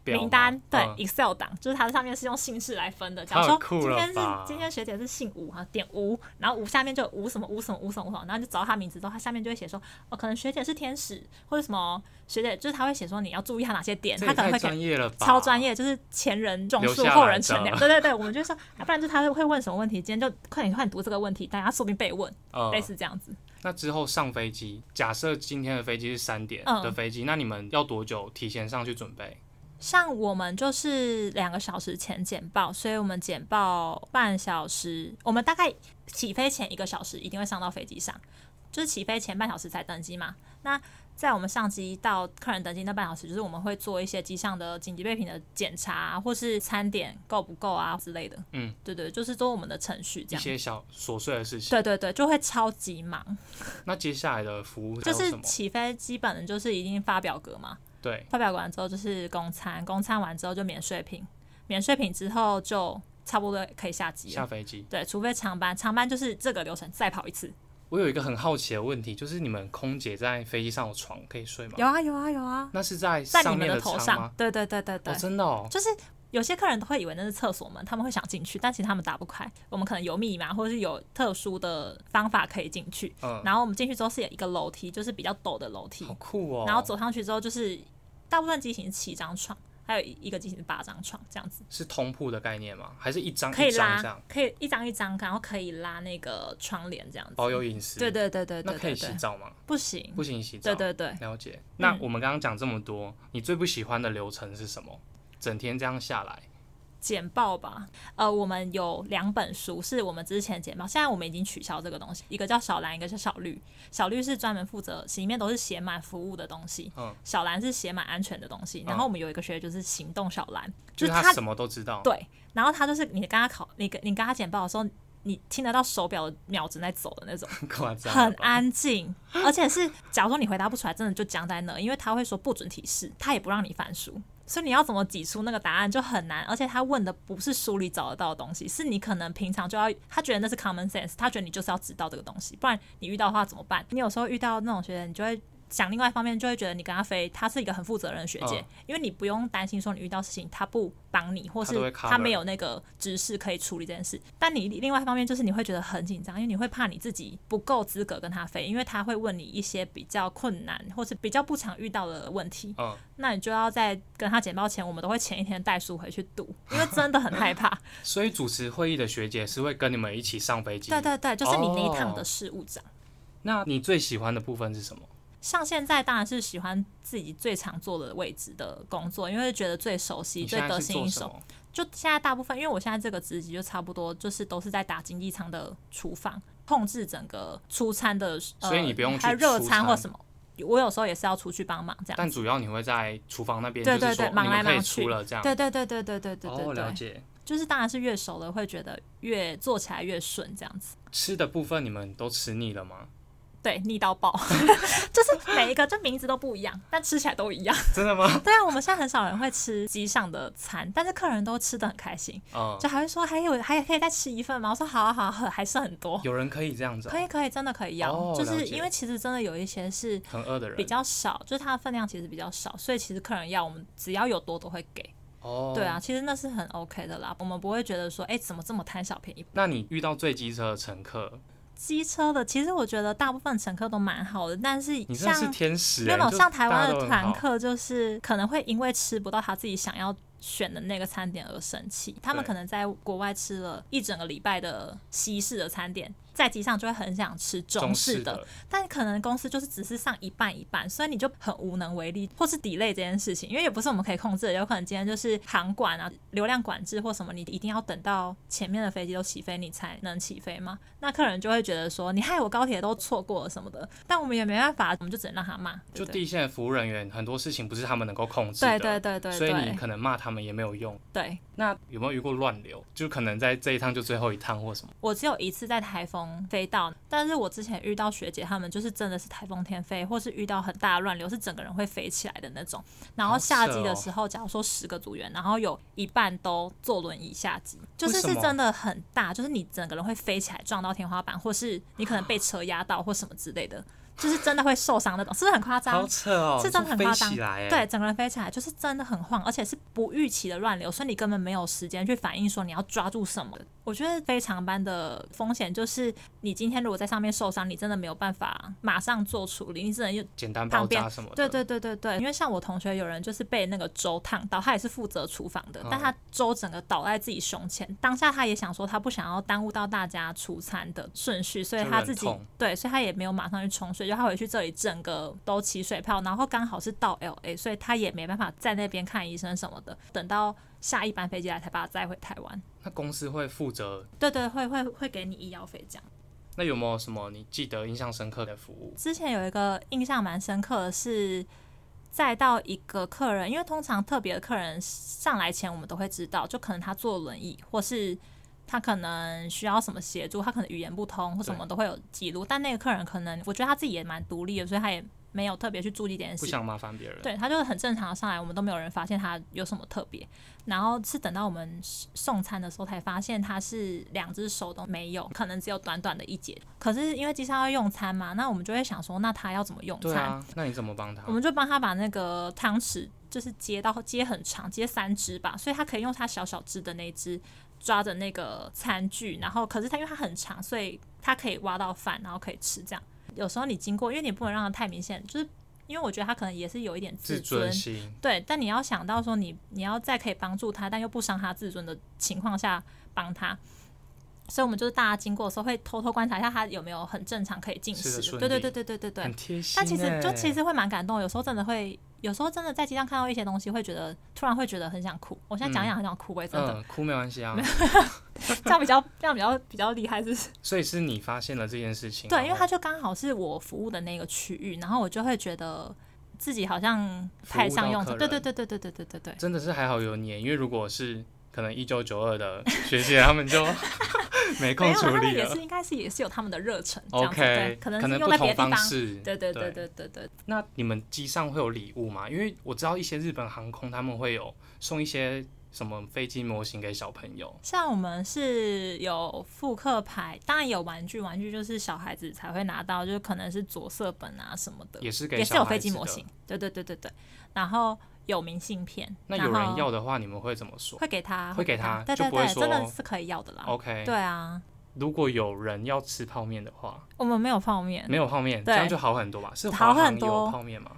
S1: 表吗
S2: 名单，对、
S1: 嗯
S2: Excel 档，就是它上面是用姓氏来分的。假如
S1: 太
S2: 说
S1: 酷
S2: 今
S1: 了
S2: 天是
S1: 吧
S2: 今天学姐是姓吴哈，点吴，然后吴下面就有吴什么吴什么吴什么吴什么，然后就找到她名字之后，她下面就会写说，哦，可能学姐是天使或者什么学姐，就是她会写说你要注意她哪些点，
S1: 这
S2: 她
S1: 也
S2: 可能
S1: 太
S2: 会
S1: 专
S2: 给。
S1: 业了吧？
S2: 超专，业，就是前人种
S1: 留
S2: 树，
S1: 下
S2: 后
S1: 来
S2: 人乘
S1: 的
S2: 凉。对 *laughs* 对对，我们就会说，啊不然就是他会问什么问题，今天就快点快点读这个问题，大家说不定被问，
S1: 嗯
S2: 类。似这样子。
S1: 那之后上飞机，假设今天的飞机是三点
S2: 嗯
S1: 的飞机，那你们要多久提前上去准备？
S2: 像我们就是两个小时前简报，所以我们简报半小时，我们大概起飞前一个小时一定会上到飞机上，就是起飞前半小时才登机嘛。那在我们上机到客人登机那半小时，就是我们会做一些机上的紧急备品的检查啊、或是餐点够不够啊之类的。
S1: 嗯，
S2: 对对，就是做我们的程序
S1: 一
S2: 这样。
S1: 些小琐碎的事情。
S2: 对对对，就会超级忙，
S1: 那接下来的服务还
S2: 就
S1: 有什
S2: 是
S1: 么？
S2: 起飞基本的就是一定发表格嘛，
S1: 对，
S2: 发表完之后就是公餐，公餐完之后就免税品，免税品之后就差不多可以下机
S1: 下
S2: 了。
S1: 飞机。
S2: 对，除非长班，长班就是这个流程再跑一次。
S1: 我有一个很好奇的问题，就是你们空姐在飞机上有床可以睡吗？
S2: 有啊有啊有啊，
S1: 那是在
S2: 在你
S1: 上
S2: 们
S1: 面
S2: 的头
S1: 舱
S2: 上
S1: 吗。？
S2: 对对对对对
S1: 哦，，真的哦，
S2: 就是有些客人都会以为那是厕所门，他们会想进去，但其实他们打不开。我们可能有密码，或者是有特殊的方法可以进去。
S1: 嗯，
S2: 然后我们进去之后是有一个楼梯，就是比较陡的楼梯
S1: 好，酷哦。
S2: 然后走上去之后就是大部分机型是七张床，还有一一个机型是八张床这样子。
S1: 是通铺的概念吗？还是一张
S2: 可以
S1: 一张这
S2: 拉
S1: 样，
S2: 可以一张一张，然后可以拉那个窗帘这样子。
S1: 保哦有隐私？
S2: 对对对对对
S1: 那可
S2: 对
S1: 以洗
S2: 对，
S1: 澡吗？
S2: 不行。
S1: 不行，洗澡。
S2: 对对对，
S1: 了解。
S2: 嗯
S1: 那我们刚刚讲这么多，你最不喜欢的流程是什么？整天这样下来，
S2: 简报吧。呃，我们有两本书是我们之前简报，现在我们已经取消这个东西，一个叫小蓝，一个叫小绿。小绿是专门负责，里面都是写满服务的东西。
S1: 嗯
S2: 小蓝是写满安全的东西。然后我们有一个学姐就是行动小蓝，
S1: 就是
S2: 他
S1: 他什么都知道。
S2: 对，然后他就是你跟他考，你跟你跟他简报的时候，你听得到手表的秒针在走的那种。
S1: *laughs* 夸张了
S2: 很
S1: 吧。
S2: 安静，而且是假如说你回答不出来，真的就僵在那，因为他会说不准提示，他也不让你翻书，所以你要怎么挤出那个答案就很难。而且他问的不是书里找得到的东西，是你可能平常就要，他觉得那是 common sense，他觉得你就是要知道这个东西，不然你遇到的话怎么办？你有时候遇到那种学生，你就会。想另外一方面，就会觉得你跟他飞，他是一个很负责任的学姐，
S1: 嗯
S2: 因为你不用担心说你遇到事情他不帮你，或
S1: 他都
S2: 是
S1: 会
S2: 他
S1: cover
S2: 没有那个知识可以处理这件事。但你另外一方面就是你会觉得很紧张，因为你会怕你自己不够资格跟他飞，因为他会问你一些比较困难或是比较不常遇到的问题。
S1: 嗯，
S2: 那你就要在跟他简报前，我们都会前一天带书回去读， *laughs* 因为真的很害怕。
S1: 所以主持会议的学姐是会跟你们一起上飞机。
S2: 对对对，就是你那一趟的
S1: 哦
S2: 事务长。
S1: 那你最喜欢的部分是什么？
S2: 像现在当然是喜欢自己最常做的位置的工作，因为觉得最熟悉、
S1: 你
S2: 最
S1: 现
S2: 得
S1: 在是
S2: 心应
S1: 做什
S2: 手。
S1: 么？
S2: 就现在大部分，因为我现在这个职级就差不多，就是都是在打经济舱的厨房，控制整个出餐的，呃、
S1: 所以你不用去
S2: 还有热
S1: 出
S2: 餐
S1: 餐
S2: 或什么。我有时候也是要出去帮忙这样
S1: 但
S2: 子。
S1: 主要你会在厨房那边，
S2: 对
S1: 就是
S2: 对对
S1: 说
S2: 忙
S1: 你
S2: 来
S1: 们可以
S2: 忙去
S1: 出了这样。
S2: 对对对对对对对对
S1: 哦，
S2: 对，
S1: 了解。
S2: 就是当然是越熟了，会觉得越做起来越顺这样子。
S1: 吃的部分你们都吃腻了吗？ *laughs*
S2: 对，腻到爆，就是每一个这名字都不一样，但吃起来都一
S1: *laughs*
S2: 样。
S1: 真的吗？
S2: 对啊，我们现在很少人会吃机上的餐，但是客人都吃的很开心，
S1: 嗯，
S2: 就还会说还有还可以再吃一份吗？我说好啊好啊，还剩很多。
S1: 有人可以这样子哦、
S2: 可以可以，真的可以要，
S1: 哦
S2: 就
S1: 了
S2: 是
S1: 解
S2: 因为其实真的有一些是
S1: 很饿的人
S2: 比较少，就是它的分量其实比较少，所以其实客人要我们只要有多都会给。
S1: 哦。
S2: 对啊，。其实那是很 OK 的啦，我们不会觉得说，哎、怎么这么贪小便宜？
S1: 那你遇到最机车的乘客，
S2: 机车的其实我觉得大部分乘客都蛮好的，但是
S1: 你真的
S2: 像
S1: 是天使、
S2: 没
S1: 欸，
S2: 有
S1: 就
S2: 像台
S1: 大家
S2: 湾的
S1: 都很
S2: 团
S1: 好，
S2: 客，就是可能会因为吃不到他自己想要选的那个餐点而生气。他们
S1: 对
S2: 可能在国外吃了一整个礼拜的西式的餐点，在机上就会很想吃中式的，
S1: 的，
S2: 但可能公司就是只是上一半一半，所以你就很无能为力，或是 delay 这件事情，因为也不是我们可以控制的，有可能今天就是航管啊、流量管制或什么，你一定要等到前面的飞机都起飞，你才能起飞嘛。那客人就会觉得说，你害我高铁都错过了什么的，但我们也没办法，我们就只能让他骂，对
S1: 就
S2: 不对？
S1: 地线的服务人员很多事情不是他们能够控制
S2: 对
S1: 的，
S2: 对对对
S1: 所以你
S2: 对
S1: 可能骂他们也没有用。
S2: 对，
S1: 那有没有遇过乱流？就可能在这一趟就最后一趟或什么？
S2: 我只有一次在台风飞到，但是我之前遇到学姐她们就是真的是台风天飞，或是遇到很大的乱流，是整个人会飞起来的那种。然后下机的时候，假如说十个组员，然后有一半都坐轮椅下机，就是
S1: 为
S2: 是
S1: 什么
S2: 真的很大，就是你整个人会飞起来撞到天花板，或是你可能被车压到或什么之类的，就是真的会受伤那种，是不是很夸张
S1: 好？扯哦，
S2: 是真的很
S1: 你说
S2: 夸
S1: 飞
S2: 张
S1: 起来、欸，
S2: 对，，整个人飞起来就是真的很晃，而且是不预期的乱流，所以你根本没有时间去反应说你要抓住什么。我觉得非常班的风险就是，你今天如果在上面受伤，你真的没有办法马上做处理，你只能用。
S1: 简单爆
S2: 旁边
S1: 炸什么的，
S2: 对对对对对，因为像我同学有人就是被那个粥烫到，他也是负责厨房
S1: 嗯
S2: 的，但他粥整个倒在自己胸前。当下他也想说，他不想要耽误到大家出餐的顺序，所以
S1: 就
S2: 他
S1: 忍
S2: 自己
S1: 痛
S2: 对，所以他也没有马上去冲水，就他回去这里整个都起水泡，然后刚好是到 L A，所以他也没办法在那边看医生什么的，等到下一班飞机来才把他载回台湾。
S1: 那公司会负责。
S2: 对对，会会会给你医药费这样。
S1: 那有没有什么你记得印象深刻的服务？
S2: 之前有一个印象蛮深刻的是，载到一个客人，因为通常特别的客人上来前，我们都会知道，就可能他坐轮椅，或是他可能需要什么协助，他可能语言不通或什么都会有记录。但那个客人可能，我觉得他自己也蛮独立的，所以他也没有特别去注意这件
S1: 不
S2: 事。
S1: 想麻烦别人，
S2: 对他就是很正常的上来，我们都没有人发现他有什么特别。然后是等到我们送餐的时候才发现他是两只手都没有，可能只有短短的一节。可是因为机上要用餐嘛，那我们就会想说，那他要怎么用
S1: 对
S2: 餐？
S1: 啊，那你怎么帮他
S2: 我？们就帮他把那个汤匙就是接到接很长，接三支吧，所以他可以用他小小只的那一只抓着那个餐具，然后可是他因为它很长，所以他可以挖到饭，然后可以吃这样。有时候你经过，因为你不能让它太明显，就是因为我觉得他可能也是有一点
S1: 自
S2: 尊
S1: 尊心，
S2: 对，但你要想到说你你要在可以帮助他，但又不伤他自尊的情况下帮他。所以，我们就是大家经过的时候，会偷偷观察一下他有没有很正常可以进
S1: 吃得
S2: 食。
S1: 顺
S2: 对对
S1: 利
S2: 对对对对对
S1: 很。贴心、欸。
S2: 但其实就其实会蛮感动，有时候真的会，有时候真的在街上看到一些东西，会觉得突然会觉得很想哭。我现在讲一讲很想哭、欸，真的，
S1: 嗯，哭没关系啊。
S2: *laughs* 这样比较这样比较比较厉害，是不是？
S1: 所以是你发现了这件事情，
S2: 对，因为
S1: 然
S2: 它就刚好是我服务的那个区域，然后我就会觉得自己好像派上用
S1: 服务
S2: 场。
S1: 到
S2: 对
S1: 客
S2: 对
S1: 人
S2: 对对对对对对
S1: *laughs*
S2: 对
S1: 后。真的是还好有你，因为如果是可能一九九二的学姐，他们
S2: *laughs*
S1: 就没
S2: 没
S1: 空
S2: 有，
S1: 处
S2: 他们
S1: 理
S2: 也
S1: 了
S2: 是。应该是也是有他们的热忱这样子
S1: OK，
S2: 对，可能
S1: 可
S2: 是
S1: 能
S2: 用
S1: 不
S2: 在别
S1: 同
S2: 的地
S1: 方
S2: 方。
S1: 式。
S2: 对对对对对对，
S1: 那你们机上会有礼物吗？因为我知道一些日本航空他们会有送一些什么飞机模型给小朋友，
S2: 像我们是有复刻牌，当然有玩具，玩具就是小孩子才会拿到，就是可能是着色本啊什么的，
S1: 也是给
S2: 也是有
S1: 小孩
S2: 飞
S1: 子
S2: 机
S1: 的
S2: 模型。，对对对对对，然后有明信片，
S1: 那
S2: 然
S1: 有人
S2: 后
S1: 要的话，你们会怎么说
S2: 会给他，
S1: 会给他
S2: 对
S1: 就
S2: 对
S1: 不会
S2: 对，真的
S1: 说
S2: 是可以要的啦。
S1: ？OK，
S2: 对啊，
S1: 如果有人要吃泡面的话，
S2: 我们没有泡面，
S1: 没有泡面，这
S2: 嗯对
S1: 样就好很多吧？是华
S2: 好很
S1: 航有
S2: 多
S1: 泡面吗？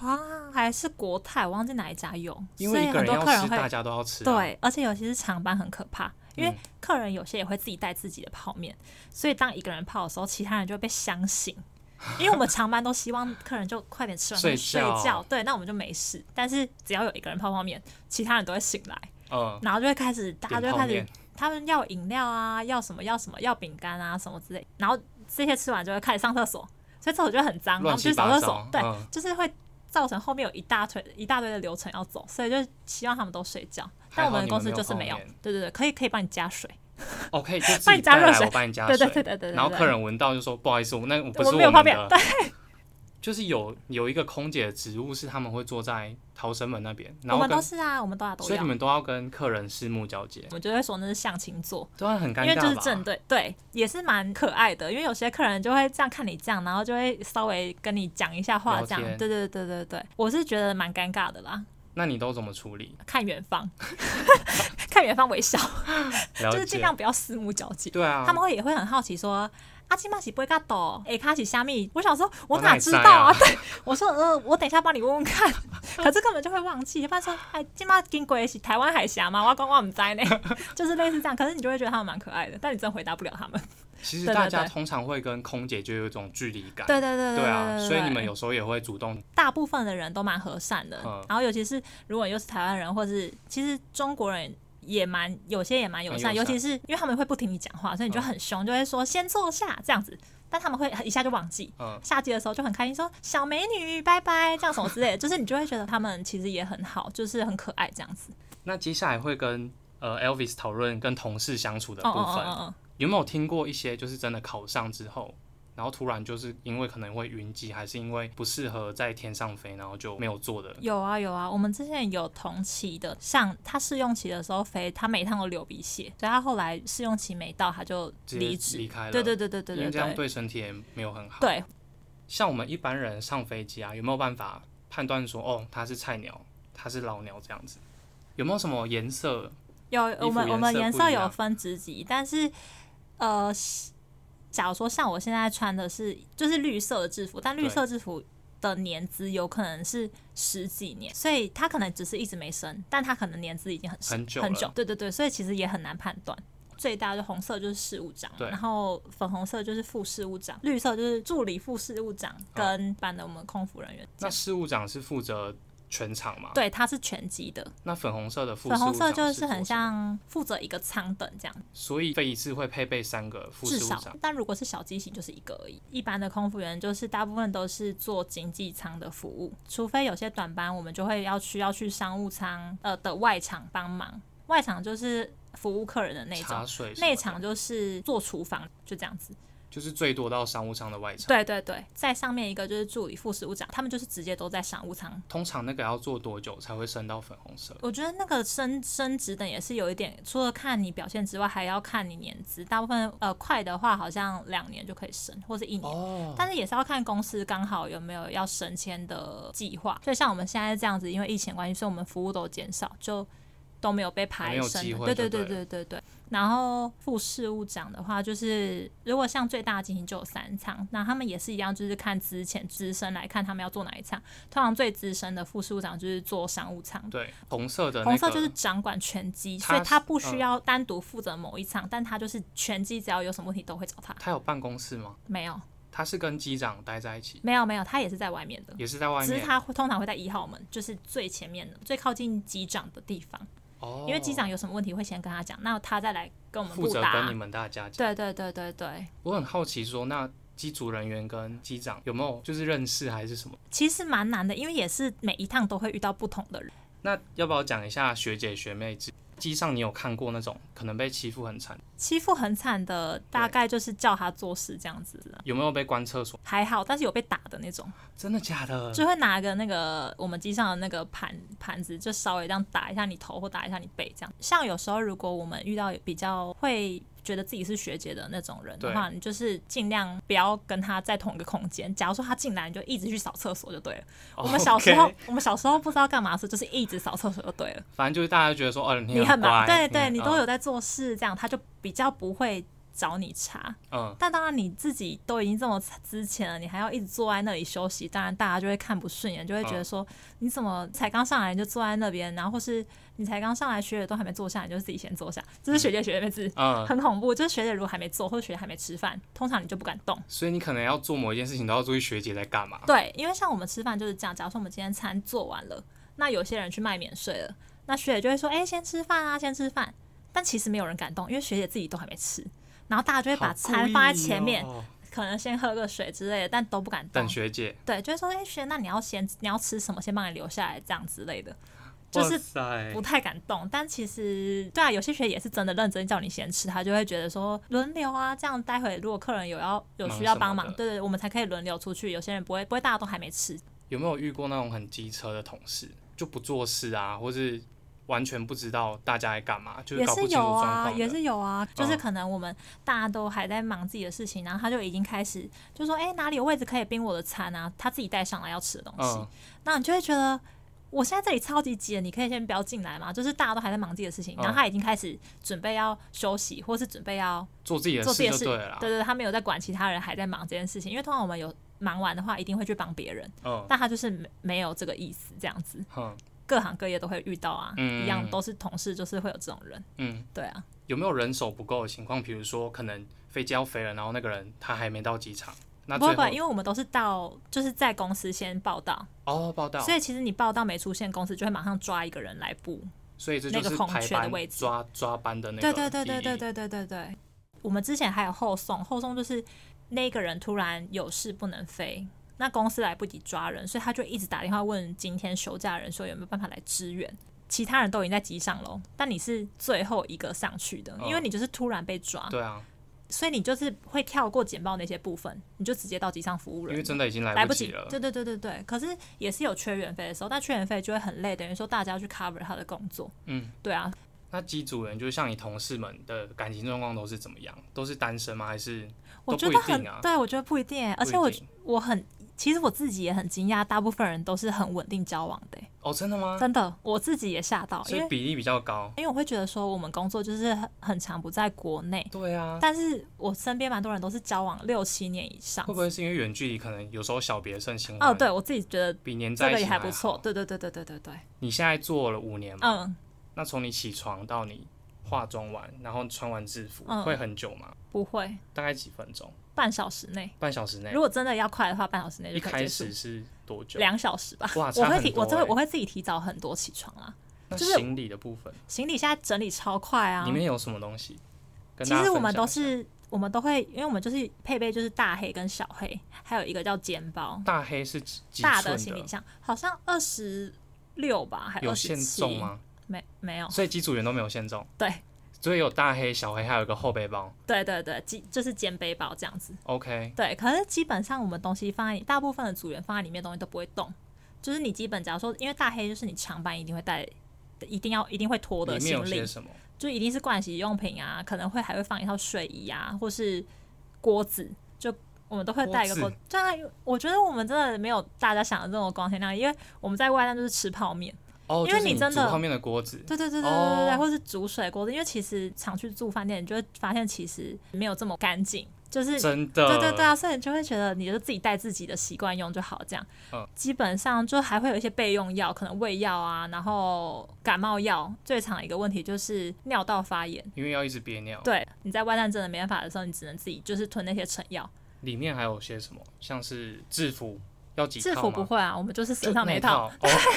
S2: 啊，还是国泰，我忘记哪一家有，
S1: 因
S2: 所
S1: 为
S2: 以
S1: 一个人
S2: 很多
S1: 要
S2: 客人
S1: 吃，
S2: 会
S1: 大家都要吃、啊。，
S2: 对，而且尤其是长班很可怕，因为
S1: 嗯
S2: 客人有些也会自己带自己的泡面，所以当一个人泡的时候，其他人就会被相醒。因为我们长班都希望客人就快点吃完
S1: 睡
S2: 饭睡
S1: 觉
S2: 觉，对，那我们就没事。但是只要有一个人泡泡面，其他人都会醒来，
S1: 嗯，
S2: 然后就会开始大家就
S1: 点泡
S2: 会开始
S1: 面，
S2: 他们要饮料啊，要什么要什么，要饼干啊什么之类，然后这些吃完就会开始上厕所，所以厕所就会很脏，然
S1: 乱
S2: 后
S1: 七
S2: 去
S1: 八糟。
S2: 扫厕所，对，
S1: 嗯
S2: 就是会造成后面有一大堆一大堆的流程要走，所以就希望他们都睡觉。但我们的公司就是没有
S1: 还好你们，
S2: 对对对，可以可以帮你加水，
S1: 哦，
S2: *laughs*
S1: 可以就自
S2: 帮
S1: 己
S2: 你加
S1: 带
S2: 热
S1: 来，
S2: 水
S1: 我帮你加
S2: 对
S1: 水。
S2: 对对对对对。
S1: 然后
S2: 对
S1: 客人闻到就说：“不好意思，我那我不
S2: 我
S1: 是
S2: 们没有
S1: 们
S2: 泡
S1: 的。
S2: 面，对，
S1: 就是有有一个空姐的职务是他们会坐在逃生门那边，然后
S2: 我们
S1: 跟
S2: 都是啊，我们都要都
S1: 所以
S2: 要
S1: 你，们都要跟客人四目交接
S2: 我，们就会说那是相亲座，
S1: 都然很尴
S2: 因
S1: 尬吧？
S2: 为就是正对对，也是蛮可爱的。因为有些客人就会这样看你这样，然后就会稍微跟你讲一下话
S1: 聊
S2: 这样
S1: 天，
S2: 对对对对对，我是觉得蛮尴尬的啦。 *laughs*
S1: 那你都怎么处理？
S2: 看远方，看远方微笑，
S1: 了
S2: 就是尽
S1: 解，
S2: 量不要四目交接。
S1: 对啊，
S2: 他们会也会很好奇说啊，阿基玛喜不会嘎抖，哎卡喜虾米，我想说我
S1: 我哪
S2: 哪
S1: 里
S2: 知
S1: 知
S2: 道
S1: 啊
S2: 啊？对， *laughs* 我说呃我等一下帮你问
S1: *laughs*
S2: 问看，可是根本就会忘记。一般说哎基玛金龟是台湾海峡吗？我要光我唔知呢， *laughs* 就是类似这样。可是你就会觉得他们蛮可爱的，但你真的回答不了他们。
S1: 其实
S2: 对对
S1: 大家
S2: 对
S1: 通常会跟空姐就有一种距离感，
S2: 对对对
S1: 对啊，
S2: 对
S1: 所以你们有时候也会主动
S2: 大部分的人都蛮和善的，
S1: 嗯
S2: 然后尤其是如果又是台湾人，或是其实中国人。也蛮有些也蛮友善，
S1: 很友善
S2: 尤
S1: 嗯
S2: 其是因为他们会不听你讲话，所以你就很凶，就会说先坐下这样子，但他们会一下就忘记，
S1: 嗯
S2: 下机的时候就很开心说小美女拜拜这样什么
S1: *laughs*
S2: 之类的，就是你就会觉得他们其实也很好，就是很可爱这样子。
S1: 那接下来会跟呃 Elvis 讨论跟同事相处的
S2: 哦
S1: 部
S2: 哦
S1: 分，
S2: 哦哦，
S1: 有没有听过一些就是真的考上之后，然后突然就是因为可能会晕机，还是因为不适合在天上飞，然后就没有做的
S2: 哦？有啊有啊，我们之前有同期的，像他试用期的时候飞，他每一趟都流鼻血，所以他后来试用期没到他就
S1: 直
S2: 离
S1: 接
S2: 职。
S1: 离开了，
S2: 对对对对对
S1: 因
S2: 对
S1: 为这样
S2: 对。
S1: 对身体也没有很好。，
S2: 对，
S1: 像我们一般人上飞机啊，有没有办法判断说哦，他是菜鸟，他是老鸟这样子？有没有什么颜色？
S2: 有
S1: 服
S2: 我们我
S1: 颜
S2: 们
S1: 色
S2: 颜
S1: 不
S2: 色
S1: 一
S2: 有
S1: 样
S2: 分职级，但是呃，是假如说像我现在穿的是就是绿色的制服，但绿
S1: 对
S2: 色制服的年资有可能是十几年，所以他可能只是一直没升，但他可能年资已经很深
S1: 很久
S2: 很
S1: 了
S2: 久，对对对，所以其实也很难判断。最大的红色就是事务长，
S1: 对
S2: 然后粉红色就是副事务长，绿色就是助理副事务长跟班的我们空服人员这
S1: 那
S2: 样。
S1: 事务长是负责全场嘛？
S2: 对，他是全级的，
S1: 那粉红色的副
S2: 粉红
S1: 事务长
S2: 色就是是
S1: 做什
S2: 很
S1: 么，
S2: 像负责一个舱等这样。
S1: 所以飞一次会配备三个副
S2: 至
S1: 事务
S2: 少
S1: 长。，
S2: 但如果是小机型就是一个而已。一般的空服员就是大部分都是做经济舱的服务，除非有些短班，我们就会要需要去商务舱呃的外场帮忙。外场就是服务客人的那
S1: 茶
S2: 种，
S1: 水什么的
S2: 内场就是做厨房，就这样子。
S1: 就是最多到商务舱的外场。
S2: 对对对，在上面一个就是助理副食务长，他们就是直接都在商务舱。
S1: 通常那个要做多久才会升到粉红色？
S2: 我觉得那个升升职等也是有一点，除了看你表现之外，还要看你年资。大部分呃快的话，好像两年就可以升，或是一年。
S1: 哦，
S2: 但是也是要看公司刚好有没有要升迁的计划。所以像我们现在这样子，因为疫情关系，所以我们服务都减少，就都没有被
S1: 没
S2: 排
S1: 有
S2: 升
S1: 机
S2: 的。
S1: 会就
S2: 对对对
S1: 对
S2: 对对对。然后副事务长的话，就是如果像最大的进行就有三舱，那他们也是一样，就是看之前资深来看他们要做哪一舱。通常最资深的副事务长就是做商务舱。
S1: 对，红色的那个
S2: 红色就是掌管全机，
S1: 他
S2: 所以他
S1: 是
S2: 不
S1: 嗯
S2: 需要单独负责某一场，但他就是全机，只要有什么问题都会找他。
S1: 他有办公室吗？
S2: 没有，
S1: 他是跟机长待在一起，
S2: 没有，没有，他也是在外面的。
S1: 也是在外
S2: 只是
S1: 面
S2: 他会通常会在一号门，就是最前面的、最靠近机长的地方，
S1: 哦，
S2: 因为机长有什么问题会先跟他讲，那他再来跟我们
S1: 负
S2: 布
S1: 责跟
S2: 达
S1: 你。们大家讲。
S2: 对对对对对，
S1: 我很好奇说，那机组人员跟机长有没有就是认识还是什么？
S2: 其实蛮难的，因为也是每一趟都会遇到不同的人。
S1: 那要不要讲一下学姐学妹制？机上你有看过那种可能被欺负很惨，
S2: 欺负很惨的，大概就是叫他做事这样子的，
S1: 有没有被关厕所？
S2: 还好，但是有被打的那种，
S1: 真的假的？
S2: 就会拿个那个我们机上的那个盘盘子，就稍微这样打一下你头或打一下你背这样。像有时候如果我们遇到比较会觉得自己是学姐的那种人的话，你就是尽量不要跟他在同一个空间。假如说他进来，你就一直去扫厕所就对了。我们小时
S1: 哦
S2: 候
S1: OK，
S2: 我们小时候不知道干嘛的时候，就是一直扫厕所就对了。
S1: 反正就是大家觉得说，哦，
S2: 你
S1: 很
S2: 很忙，
S1: 乖
S2: 对对，
S1: 嗯
S2: 你都
S1: 嗯
S2: 有在做事，这样他就比较不会找你茬。
S1: 嗯，
S2: 但当然你自己都已经这么之前了，你还要一直坐在那里休息，当然大家就会看不顺眼，就会觉得嗯说、你怎么才刚上来你就坐在那边，然后或是你才刚上来学姐都还没坐下，你就自己先坐下，这是学姐学妹制，
S1: 嗯
S2: 很恐怖。就是学姐如果还没坐，或者学姐还没吃饭，通常你就不敢动。
S1: 所以你可能要做某一件事情，都要注意学姐在干嘛。
S2: 对，因为像我们吃饭就是这样，假如说我们今天餐做完了，那有些人去卖免税了，那学姐就会说：“哎、先吃饭啊，先吃饭。”但其实没有人敢动，因为学姐自己都还没吃，然后大家就会把
S1: 好
S2: 餐
S1: 故
S2: 放在
S1: 意
S2: 前面，
S1: 哦
S2: 可能先喝个水之类的，但都不敢动
S1: 等。学姐。
S2: 对，就会说：“哎、学姐，那你要先你要吃什么，先帮你留下来，这样之类的。”就
S1: 哇
S2: 是
S1: 塞，
S2: 不太敢动，但其实对啊，有些学姐也是真的认真叫你先吃，她就会觉得说轮流啊，这样待会如果客人有要有需要帮
S1: 忙什么
S2: 忙，
S1: 的
S2: 对对，我们才可以轮流出去。有些人不会不会大家都还没吃，
S1: 有没有遇过那种很机车的同事，就不做事啊，或是完全不知道大家在干嘛，就是
S2: 也
S1: 搞不
S2: 是
S1: 清楚
S2: 有
S1: 状
S2: 啊，
S1: 况
S2: 也
S1: 的。
S2: 是有啊，就是
S1: 嗯
S2: 可能我们大家都还在忙自己的事情，然后他就已经开始就说，哎、哪里有位置可以冰我的餐啊？他自己带上来要吃的东西，
S1: 嗯，
S2: 那你就会觉得。我现在这里超级挤了，你可以先不要进来嘛。就是大家都还在忙自己的事情，
S1: 嗯
S2: 然后他已经开始准备要休息，或是准备要
S1: 做自己的
S2: 做自己
S1: 事就
S2: 的事。
S1: 对啊了啦。
S2: 对对，他没有在管其他人还在忙这件事情，因为通常我们有忙完的话，一定会去帮别人，
S1: 嗯
S2: 但他就是没没有这个意思，这样子，
S1: 哼
S2: 各行各业都会遇到啊，
S1: 嗯
S2: 一样都是同事，就是会有这种人。
S1: 嗯，
S2: 对啊，
S1: 有没有人手不够的情况？比如说，可能飞机要飞了，然后那个人他还没到机场，那
S2: 不
S1: 最
S2: 会不
S1: 后
S2: 会，因为我们都是到就是在公司先报道，
S1: 哦报道，
S2: 所以其实你报道没出现，公司就会马上抓一个人来补。
S1: 所以这就
S2: 那
S1: 是
S2: 个空
S1: 排
S2: 缺的
S1: 班
S2: 位置
S1: 抓抓班的那个
S2: 对对对对
S1: 意义
S2: 对对对对对。我们之前还有后送，后送就是那个人突然有事不能飞，那公司来不及抓人，所以他就一直打电话问今天休假的人说有没有办法来支援。其他人都已经在机上喽，但你是最后一个上去的，
S1: 嗯
S2: 因为你就是突然被抓，
S1: 对啊，
S2: 所以你就是会跳过简报那些部分，你就直接到机上服务
S1: 因为
S2: 人。
S1: 真的已经
S2: 来
S1: 来
S2: 不
S1: 及了。
S2: 对对对对对。可是也是有缺员费的时候，但缺员费就会很累，等于说大家要去 cover 他的工作。
S1: 嗯，
S2: 对啊，
S1: 那机组人就是像你同事们的感情状况都是怎么样？都是单身吗？还是
S2: 我
S1: 都
S2: 觉
S1: 不
S2: 得
S1: 一
S2: 很
S1: 定啊
S2: 对，我觉得不一定欸，而且
S1: 不
S2: 我
S1: 一定
S2: 我很，其实我自己也很惊讶，大部分人都是很稳定交往的欸、
S1: 哦，真的吗？
S2: 真的，我自己也吓到，
S1: 所
S2: 因
S1: 以
S2: 为
S1: 比例比较高。
S2: 因为我会觉得说我们工作就是很很常不在国内，
S1: 对啊，
S2: 但是我身边蛮多人都是交往六七年以上
S1: 会，不会是因为远距离，可能有时候小别胜新婚？
S2: 哦，对，我自己觉得
S1: 比黏
S2: 这
S1: 在一
S2: 个
S1: 起
S2: 也还
S1: 好
S2: 不错，。对对对对对对对，
S1: 你现在做了五年嘛？
S2: 嗯，
S1: 那从你起床到你化妆完，然后穿完制服，
S2: 嗯
S1: 会很久吗？
S2: 不会，
S1: 大概几分钟？
S2: 半小时内，
S1: 半小时内
S2: 如？果真的要快的话，半小时内
S1: 一
S2: 就可以
S1: 开
S2: 结束
S1: 始，是多久？
S2: 两小时吧， *laughs*
S1: 哇，
S2: 我
S1: 差
S2: 会
S1: 很
S2: 提，
S1: 多
S2: 我
S1: 欸、
S2: 会我会自己提早很多起床啦，
S1: 那
S2: 就是
S1: 行李的部分，
S2: 行李现在整理超快啊，
S1: 里面有什么东西？跟
S2: 其
S1: 大家
S2: 实我
S1: 分
S2: 们
S1: 享
S2: 都
S1: 一下
S2: 是，我们都会，因为我们就是配备就是大黑跟小黑，还有一个叫肩包，
S1: 大黑是几几
S2: 大
S1: 寸
S2: 的行李箱好像二十六吧，还
S1: 有
S2: 二
S1: 限
S2: 十七
S1: 重？吗？
S2: 没没有，
S1: 所以机组员都没有限重，
S2: 对
S1: 所以有大黑、小黑，还有一个后背包。
S2: 对对对，几就是肩背包这样子。
S1: OK，
S2: 对，可是基本上我们东西放在大部分的组员放在里面的东西都不会动，就是你基本假如说，因为大黑就是你长班一定会带。一定要一定会拖的
S1: 里面有
S2: 行李
S1: 些，什么？
S2: 就一定是盥洗用品啊，可能会还会放一套睡衣啊，或是锅子，就我们都会带一个锅
S1: 锅
S2: 子
S1: 子。
S2: 当然，我觉得我们真的没有大家想的这种光鲜亮丽，因为我们在外站就是吃泡面，
S1: 哦，
S2: 因
S1: 就
S2: 为
S1: 是
S2: 你
S1: 你
S2: 真的
S1: 煮泡面的锅子，
S2: 对对对对对对对，
S1: 哦
S2: 或是煮水锅子。因为其实常去住饭店，你就会发现其实没有这么干净，就是
S1: 真的，
S2: 对对对啊，所以你就会觉得你就自己带自己的习惯用就好，这样。
S1: 嗯
S2: 基本上就还会有一些备用药，可能胃药啊，然后感冒药。最常一个问题就是尿道发炎。
S1: 因为要一直憋尿。
S2: 对，你在外站真的没办法的时候，你只能自己就是吞那些成药。
S1: 里面还有些什么？像是制服要几套
S2: 制服
S1: 吗
S2: 不会啊，我们就是
S1: 就
S2: 身上
S1: 那
S2: 没
S1: 一。哦 *laughs*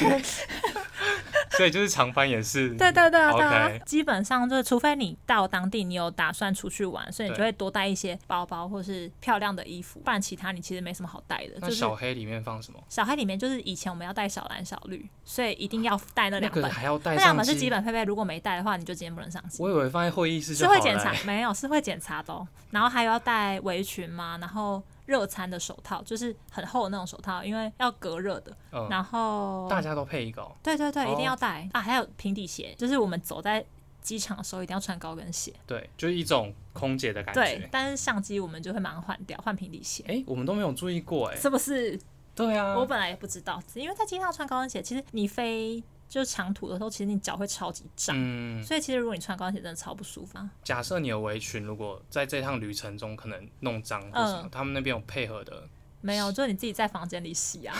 S1: 所以就是长班也是。
S2: 对对对啊对啊
S1: OK
S2: 基本上就是，除非你到当地你有打算出去玩，所以你就
S1: 对
S2: 会多带一些包包或是漂亮的衣服，不然其他你其实没什么好带的。
S1: 那
S2: 就是
S1: 小黑里面放什么？
S2: 小黑里面就是以前我们要带小蓝小绿，所以一定要带那
S1: 那
S2: 两本
S1: 个。还要带
S2: 那两
S1: 上
S2: 本是基
S1: 机。
S2: 本配备，如果没带的话，你就今天不能上机。
S1: 我以为放在会议室
S2: 是
S1: 就好
S2: 会
S1: 了。
S2: 检查
S1: 欸，
S2: 没有是会检查的、哦。然后还有要带围裙嘛，然后热餐的手套，就是很厚的那种手套，因为要隔热的。
S1: 嗯，
S2: 然后，
S1: 大家都配一个哦。
S2: 对对对，
S1: 哦
S2: 一定要带、啊！还有平底鞋，就是我们走在机场的时候一定要穿高跟鞋。
S1: 对，就是一种空姐的感
S2: 对
S1: 觉，。
S2: 但是上机我们就会马上换掉，换平底鞋。
S1: 哎，我们都没有注意过，哎。
S2: 是不是？
S1: 对啊。
S2: 我本来也不知道，因为在机上穿高跟鞋，其实你飞就是长途的时候，其实你脚会超级胀，
S1: 嗯，
S2: 所以其实如果你穿高跟鞋，真的超不舒服啊。
S1: 假设你的围裙如果在这趟旅程中可能弄脏或什么，
S2: 嗯
S1: 他们那边有配合的，
S2: 没有，就是你自己在房间里洗
S1: *laughs*
S2: 啊。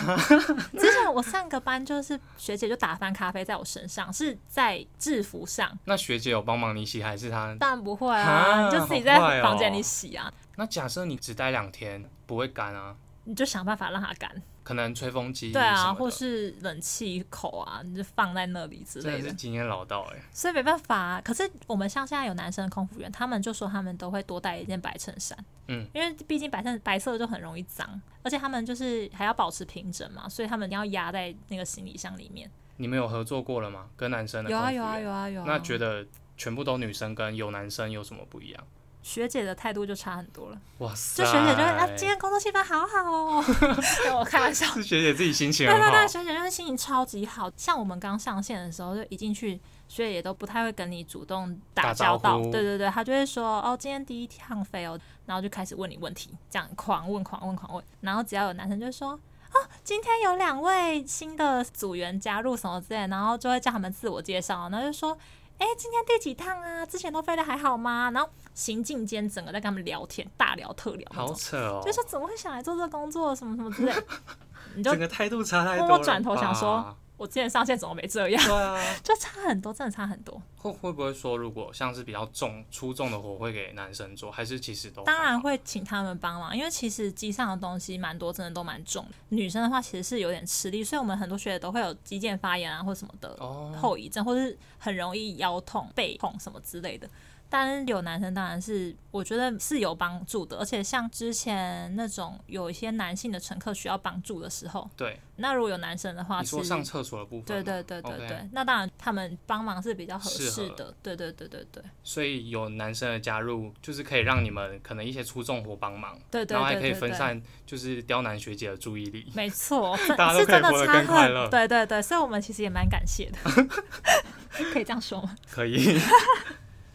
S2: 之前我上个班就是学姐就打翻咖啡在我身上，是在制服上，
S1: 那学姐有帮忙你洗还是她？
S2: 当然不会啊，
S1: 啊
S2: 你就自己在房间
S1: 哦
S2: 里洗啊，
S1: 那假设你只待两天不会干啊，
S2: 你就想办法让它干。
S1: 可能吹风机
S2: 对
S1: 什
S2: 啊，
S1: 么的
S2: 或是冷气口啊，你就放在那里之类
S1: 真的
S2: 的
S1: 是。经验老道哎、
S2: 所以没办法、啊。可是我们像现在有男生的空服员，他们就说他们都会多带一件白衬衫，
S1: 嗯，
S2: 因为毕竟白衬白色就很容易脏，而且他们就是还要保持平整嘛，所以他们一定要压在那个行李箱里面。
S1: 你们有合作过了吗？跟男生的
S2: 有啊
S1: 空服
S2: 有啊
S1: 员
S2: 有啊有啊。
S1: 那觉得全部都女生跟有男生有什么不一样？
S2: 学姐的态度就差很多了，
S1: 哇塞！
S2: 就学姐就会啊，今天工作气氛好好哦， *laughs* 我开玩笑。
S1: 是学姐自己心情
S2: 对
S1: 很
S2: 对
S1: 好
S2: 对，，学姐就是心情超级好，像我们刚上线的时候，就一进去，学姐也都不太会跟你主动打
S1: 打
S2: 交
S1: 招
S2: 道，
S1: 呼
S2: 对对对，她就会说哦，今天第一趟飞哦，然后就开始问你问题，这样狂问狂问狂问，然后只要有男生就说今天有两位新的组员加入什么之类的，然后就会叫他们自我介绍，然后就说：“哎、今天第几趟啊？之前都飞的还好吗？”然后行进间整个在跟他们聊天，大聊特聊那
S1: 好
S2: 种，
S1: 扯哦，
S2: 就说怎么会想来做这个工作，什么什么之类的，你就
S1: 整个态度差太多
S2: 默
S1: 了。
S2: 默转头想说，我之前上线怎么没这样，
S1: 对啊，
S2: 就差很多，真的差很多。
S1: 会会不会说，如果像是比较重出众的活会给男生做，还是其实都
S2: 当然
S1: 还好，
S2: 会请他们帮忙，因为其实机上的东西蛮多，真的都蛮重的。女生的话其实是有点吃力，所以我们很多学姐都会有肌腱发炎啊或什么的
S1: 哦
S2: 后遗症，或是很容易腰痛、背痛什么之类的。但是有男生当然是我觉得是有帮助的，而且像之前那种有一些男性的乘客需要帮助的时候，
S1: 对
S2: 那如果有男生的话，
S1: 你
S2: 其
S1: 说
S2: 实
S1: 上厕所的部分
S2: 啊对
S1: 吗，
S2: 对对对对
S1: OK
S2: 那当然他们帮忙是比较合
S1: 适合
S2: 适的，对对对对对
S1: 所以有男生的加入，就是可以让你们可能一些出众活帮忙，
S2: 对对对
S1: 然后还可以
S2: 对
S1: 分
S2: 对。
S1: 散就是刁难学姐的注意力。
S2: 没错，真
S1: 大家都
S2: 是
S1: 可以
S2: 真的
S1: 活得
S2: 差
S1: 更快
S2: 很
S1: 乐
S2: 对对对，所以我们其实也蛮感谢的， *laughs* 可以这样说吗？
S1: 可以。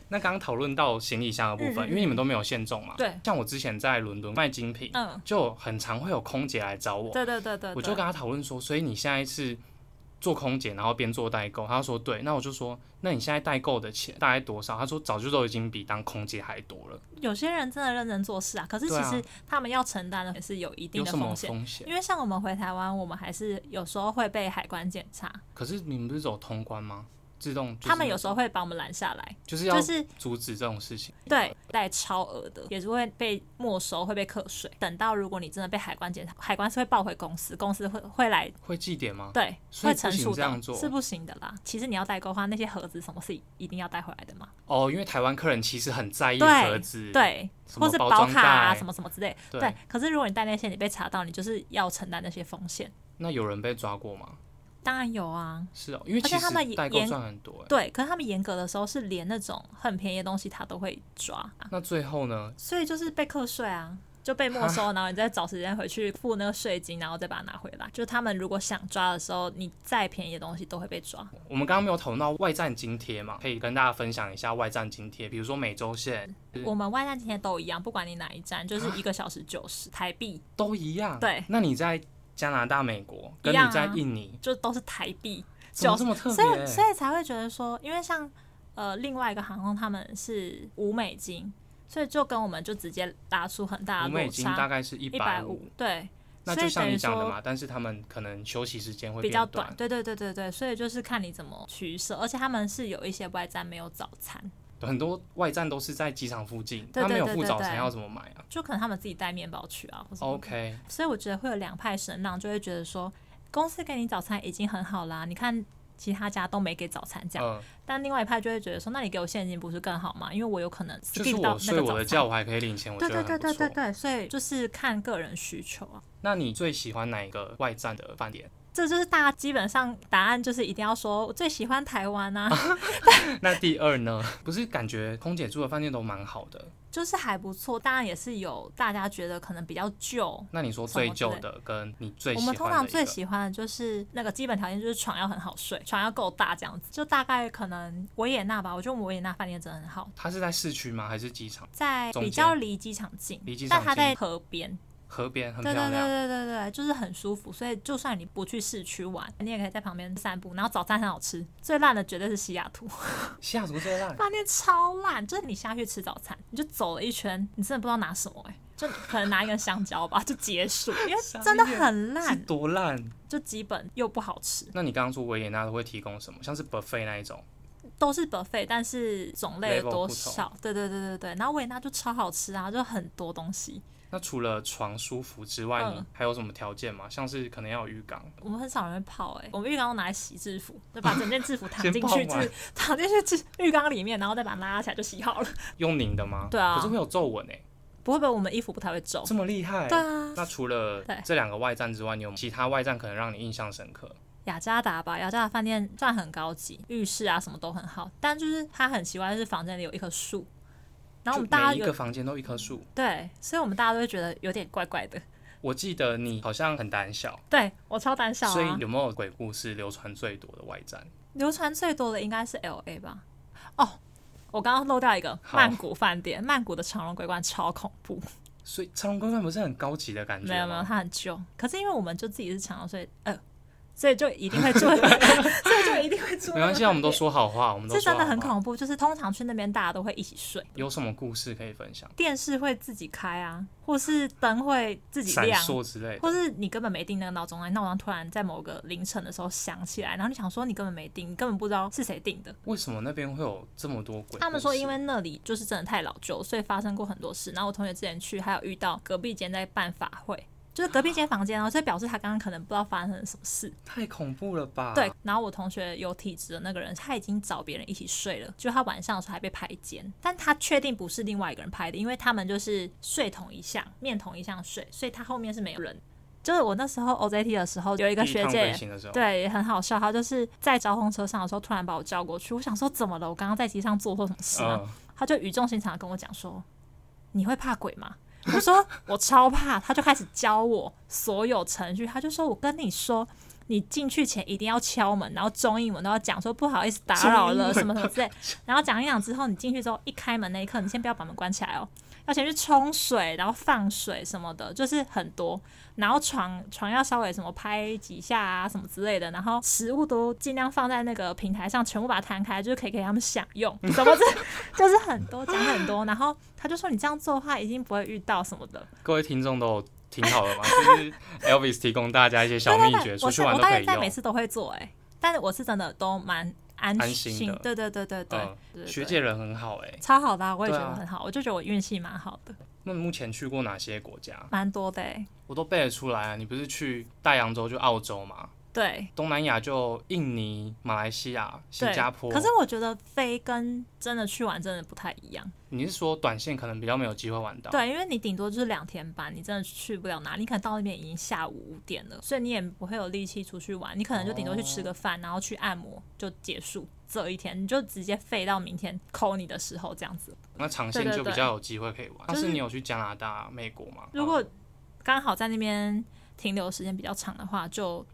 S1: 那刚刚讨论到行李箱的部分，
S2: 嗯嗯嗯
S1: 因为你们都没有限重嘛。
S2: 对。
S1: 像我之前在伦敦卖精品，
S2: *laughs* 嗯，
S1: 就很常会有空姐来找我，
S2: 对对对对，
S1: 我就
S2: 呃对
S1: 跟他讨论说，所以你现在是做空姐，然后边做代购。他说对，那我就说，那你现在代购的钱大概多少？他说早就都已经比当空姐还多了，
S2: 有些人真的认真做事啊，可是
S1: 对
S2: 其
S1: 啊
S2: 实他们要承担的也是有一定
S1: 有
S2: 的
S1: 什么
S2: 风险。
S1: 风险？
S2: 因为像我们回台湾，我们还是有时候会被海关检查，
S1: 可是你们不是走通关吗？自动、就是、
S2: 他们有时候会把我们拦下来，
S1: 就是要
S2: 就是
S1: 阻止这种事情。
S2: 对带超额的，也是会被没收，会被课税。等到如果你真的被海关检查，海关是会报回公司，公司会会来
S1: 会记点吗？
S2: 对，
S1: 所以
S2: 会
S1: 不
S2: 陈
S1: 行
S2: 述
S1: 这样
S2: 的，
S1: 做
S2: 是不行的啦。其实你要代购的话，那些盒子什么是一定要带回来的嘛？
S1: 哦，因为台湾客人其实很在意
S2: 对
S1: 盒子，，
S2: 对，
S1: 嗯什么
S2: 或是
S1: 包
S2: 保
S1: 装
S2: 卡啊，
S1: 袋
S2: 什么什么之类。
S1: 对
S2: 对，可是如果你带那些，你被查到，你就是要承担那些风险。
S1: 那有人被抓过吗？
S2: 当然有啊，
S1: 是哦，因为
S2: 而且
S1: 其
S2: 他们
S1: 实
S2: 也
S1: 代购
S2: 严
S1: 赚很多、欸。
S2: 对。可是他们严格的时候是连那种很便宜的东西他都会抓啊，
S1: 那最后呢？
S2: 所以就是被课税啊。就被没
S1: *laughs*
S2: 收，然后你再找时间回去付那个税金，然后再把它拿回来。就是他们如果想抓的时候，你再便宜的东西都会被抓。
S1: 我们刚刚没有讨论到外站津贴嘛，可以跟大家分享一下外站津贴，比如说每周
S2: 嗯
S1: 线是
S2: 我们外站今天都一样，不管你哪一
S1: *laughs*
S2: 站，就是一个小时九十台币，
S1: 都一样。
S2: 对
S1: 那你在加拿大、美国，
S2: 一
S1: 跟
S2: 样啊
S1: 你在印尼，
S2: 就都是台币
S1: 怎
S2: 九
S1: 么
S2: 十
S1: 这，么特
S2: 所以
S1: 别？
S2: 所以才会觉得说，因为像呃另外一个航空他们是五美金，所以就跟我们就直接拉出很大
S1: 我
S2: 的
S1: 们
S2: 落
S1: 已经大
S2: 差，
S1: 概是一
S2: 一
S1: 百
S2: 五
S1: 五，
S2: 对，
S1: 那
S2: 所
S1: 就
S2: 以等
S1: 像
S2: 于
S1: 你讲的
S2: 说
S1: 嘛，但是他们可能休息时间会
S2: 比
S1: 变
S2: 较短，
S1: 短。
S2: 对对对对对，所以就是看你怎么取舍，而且他们是有一些外站没有早餐，
S1: 很多外站都是在机场附近，
S2: 对
S1: 他没有
S2: 对对
S1: 付
S2: 对
S1: 早餐
S2: 对
S1: 要怎么买啊哦
S2: 就可能他们自己带面包去啊，或什么的
S1: ？OK，
S2: 所以我觉得会有两派声浪，就会觉得说公司给你早餐已经很好啦，你看其他家都没给早餐这样。
S1: 嗯，
S2: 但另外一派就会觉得说，那你给我现金不是更好吗？因为我有可能
S1: 就是
S2: skip 到
S1: 我
S2: 那
S1: 睡
S2: 个
S1: 我的
S2: 早
S1: 觉，
S2: 餐。
S1: 我还可以领钱，我觉
S2: 对
S1: 得
S2: 对
S1: 很
S2: 对
S1: 不
S2: 对对
S1: 错。
S2: 对，所以就是看个人需求啊。
S1: 那你最喜欢哪一个外站的饭店？ *laughs*
S2: 这就是大家基本上答案就是一定要说，我最喜欢台湾啊，
S1: 那第二呢？不是感觉空姐住的饭店都蛮好的，
S2: 就是还不错。当然也是有大家觉得可能比较旧。
S1: 那你说最旧的跟你最
S2: 我
S1: 喜
S2: 们
S1: 欢
S2: 通常
S1: 的
S2: 最
S1: 一个，
S2: 喜欢的就是那个基本条件，就是床要很好睡，床要够大，这样子。就大概可能维也纳吧，我觉得我们维也纳饭店真的很好，
S1: 它是在市区吗？还是机场？
S2: 在
S1: 中
S2: 比
S1: 间
S2: 较离机场近，
S1: 离机场
S2: 但它
S1: 近
S2: 在河边，
S1: 河边很漂
S2: 对对
S1: 亮。
S2: 对对对对，就是很舒服。所以就算你不去市区玩，你也可以在旁边散步。然后早餐很好吃，最烂的绝对是西雅图
S1: 西雅图最烂， *laughs*
S2: 饭店，超烂。就是你下去吃早餐，你就走了一圈，你真的不知道拿什么哎、就可能拿一根香蕉吧，就结束，因为真的很
S1: 是
S2: 烂，
S1: 多烂？
S2: 就基本又不好吃，
S1: 那你刚刚说维也纳都会提供什么？像是 buffet 那一种，
S2: 都是 buffet，但是种类有
S1: Level
S2: 多
S1: 不同
S2: 少？对对对对对，然后维也纳就超好吃啊，就很多东西。
S1: 那除了床舒服之外，
S2: 嗯
S1: 你还有什么条件吗？像是可能要有浴缸，
S2: 我们很少人会泡哎、欸，我们浴缸都拿来洗制服，就把整件制服躺
S1: 先
S2: 进
S1: 泡
S2: 去，
S1: 完
S2: 制 *laughs* 躺进去制浴缸里面，然后再把它拉起来就洗
S1: *laughs*
S2: 好了。
S1: 用拧的吗？
S2: 对啊
S1: 可是会有皱纹诶，
S2: 不会不会，我们衣服不太会皱。
S1: 这么厉害？
S2: 对啊，
S1: 那除了
S2: 对
S1: 这两个外站之外，你有没有其他外站可能让你印象深刻？
S2: 雅加达吧，雅加达饭店算很高级，浴室啊什么都很好，但就是它很奇怪，就是房间里有一棵树，然后我们
S1: 就
S2: 大家
S1: 每一个
S2: 有
S1: 房间都一棵树。
S2: 对，所以我们大家都会觉得有点怪怪的。
S1: 我记得你好像很胆小，
S2: 对我超胆小
S1: 所以
S2: 啊，
S1: 有没有鬼故事流传最多的外站？
S2: 流传最多的应该是 L A 吧？哦，我刚刚漏掉一个
S1: 好
S2: 曼谷饭店，曼谷的长隆鬼馆超恐怖。
S1: 所以长隆规范不是很高级的感觉吗？
S2: 没有没有，它很旧。可是因为我们就自己是长隆，所以呃，所以就一定会住，
S1: *laughs*
S2: 所以就一定会住。
S1: 没关系啊，我们都。说好话，我们都
S2: 这
S1: 说
S2: 真的很
S1: 好话。
S2: 恐怖，就是通常去那边大家都会一起睡，
S1: 有什么故事可以分享？
S2: 电视会自己开啊，或是灯会自己
S1: 闪
S2: 亮，
S1: 烁之类的，
S2: 或是你根本没定那个闹钟，闹钟突然在某个凌晨的时候响起来，然后你想说你根本没定，你根本不知道是谁定的。
S1: 为什么那边会有这么多鬼故事？
S2: 他们说，因为那里就是真的太老旧，所以发生过很多事。然后我同学之前去，还有遇到隔壁间在办法会，就是隔壁间房间哦，所以表示他刚刚可能不知道发生了什么事。
S1: 太恐怖了吧？
S2: 对，，然后我同学有体质的那个人，他已经找别人一起睡了，就他晚上的时候还被拍肩，但他确定不是另外一个人拍的，因为他们就是睡同一项，面同一项睡，所以他后面是没有人。就是我那时候 OJT 的时候，有一个
S1: 第一
S2: 学
S1: 趟
S2: 姐
S1: 飞，行的时候，
S2: 对，也很好笑。她就是在交通车上的时候，突然把我叫过去，我想说怎么了？我刚刚在机上做错什么事啊吗？
S1: 嗯，
S2: 她就语重心长的跟我讲说：“你会怕鬼吗？”我说：“我超怕。”她就开始教我所有程序，她就说：“我跟你说。”你进去前一定要敲门，然后中英文都要讲说不好意思打扰
S1: *laughs*
S2: 了
S1: 中
S2: 什
S1: 英文
S2: 么什么之类，然后讲一讲之后，你进去之后一开门那一刻，你先不要把门关起来哦，要先去冲水，然后放水什么的，就是很多。然后床床要稍微什么拍几下啊什么之类的，然后食物都尽量放在那个平台上，全部把它摊开，就是可以给他们享
S1: *laughs*
S2: 用。什么这就是很多讲很多，然后他就说你这样做的话，一定不会遇到什
S1: *laughs*
S2: 么的。
S1: 各位听众都有听好
S2: *laughs*
S1: 了吗？就是 Elvis 提供大家一些小秘诀，出
S2: 我
S1: 去
S2: 是
S1: 玩
S2: 我
S1: 都
S2: 大
S1: 可
S2: 概
S1: 以
S2: 在每
S1: 用。
S2: 次都会做哎、欸但是我是真的都蛮安
S1: 安心的
S2: 对对对对对，
S1: 嗯
S2: 对对对
S1: 学姐人很好哎、
S2: 超好的啊、我也觉
S1: 对
S2: 得
S1: 啊
S2: 很好，我就觉得我运气蛮好的，
S1: 那目前去过哪些国家？
S2: 蛮多的、欸。
S1: 我都背得出来啊！你不是去大洋洲就澳洲嘛？
S2: 对，
S1: 东南亚就印尼、马来西亚、新
S2: 对
S1: 加坡。
S2: 可是我觉得飞跟真的去玩真的不太一样，
S1: 你是说短线可能比较没有机会玩到？
S2: 对，因为你顶多就是两天班，你真的去不了哪里，你可能到那边已经下午五点了，所以你也不会有力气出去玩，你可能就顶多去吃个饭，然后去按摩就结束这一天，你就直接废到明天扣你的时候这样子。
S1: 那长线
S2: 对对
S1: 就比
S2: 对
S1: 较有机会可以玩。但
S2: 就是
S1: 是你有去加拿大、美国吗？哦
S2: 如果刚好在那边停留时间比较长的话，就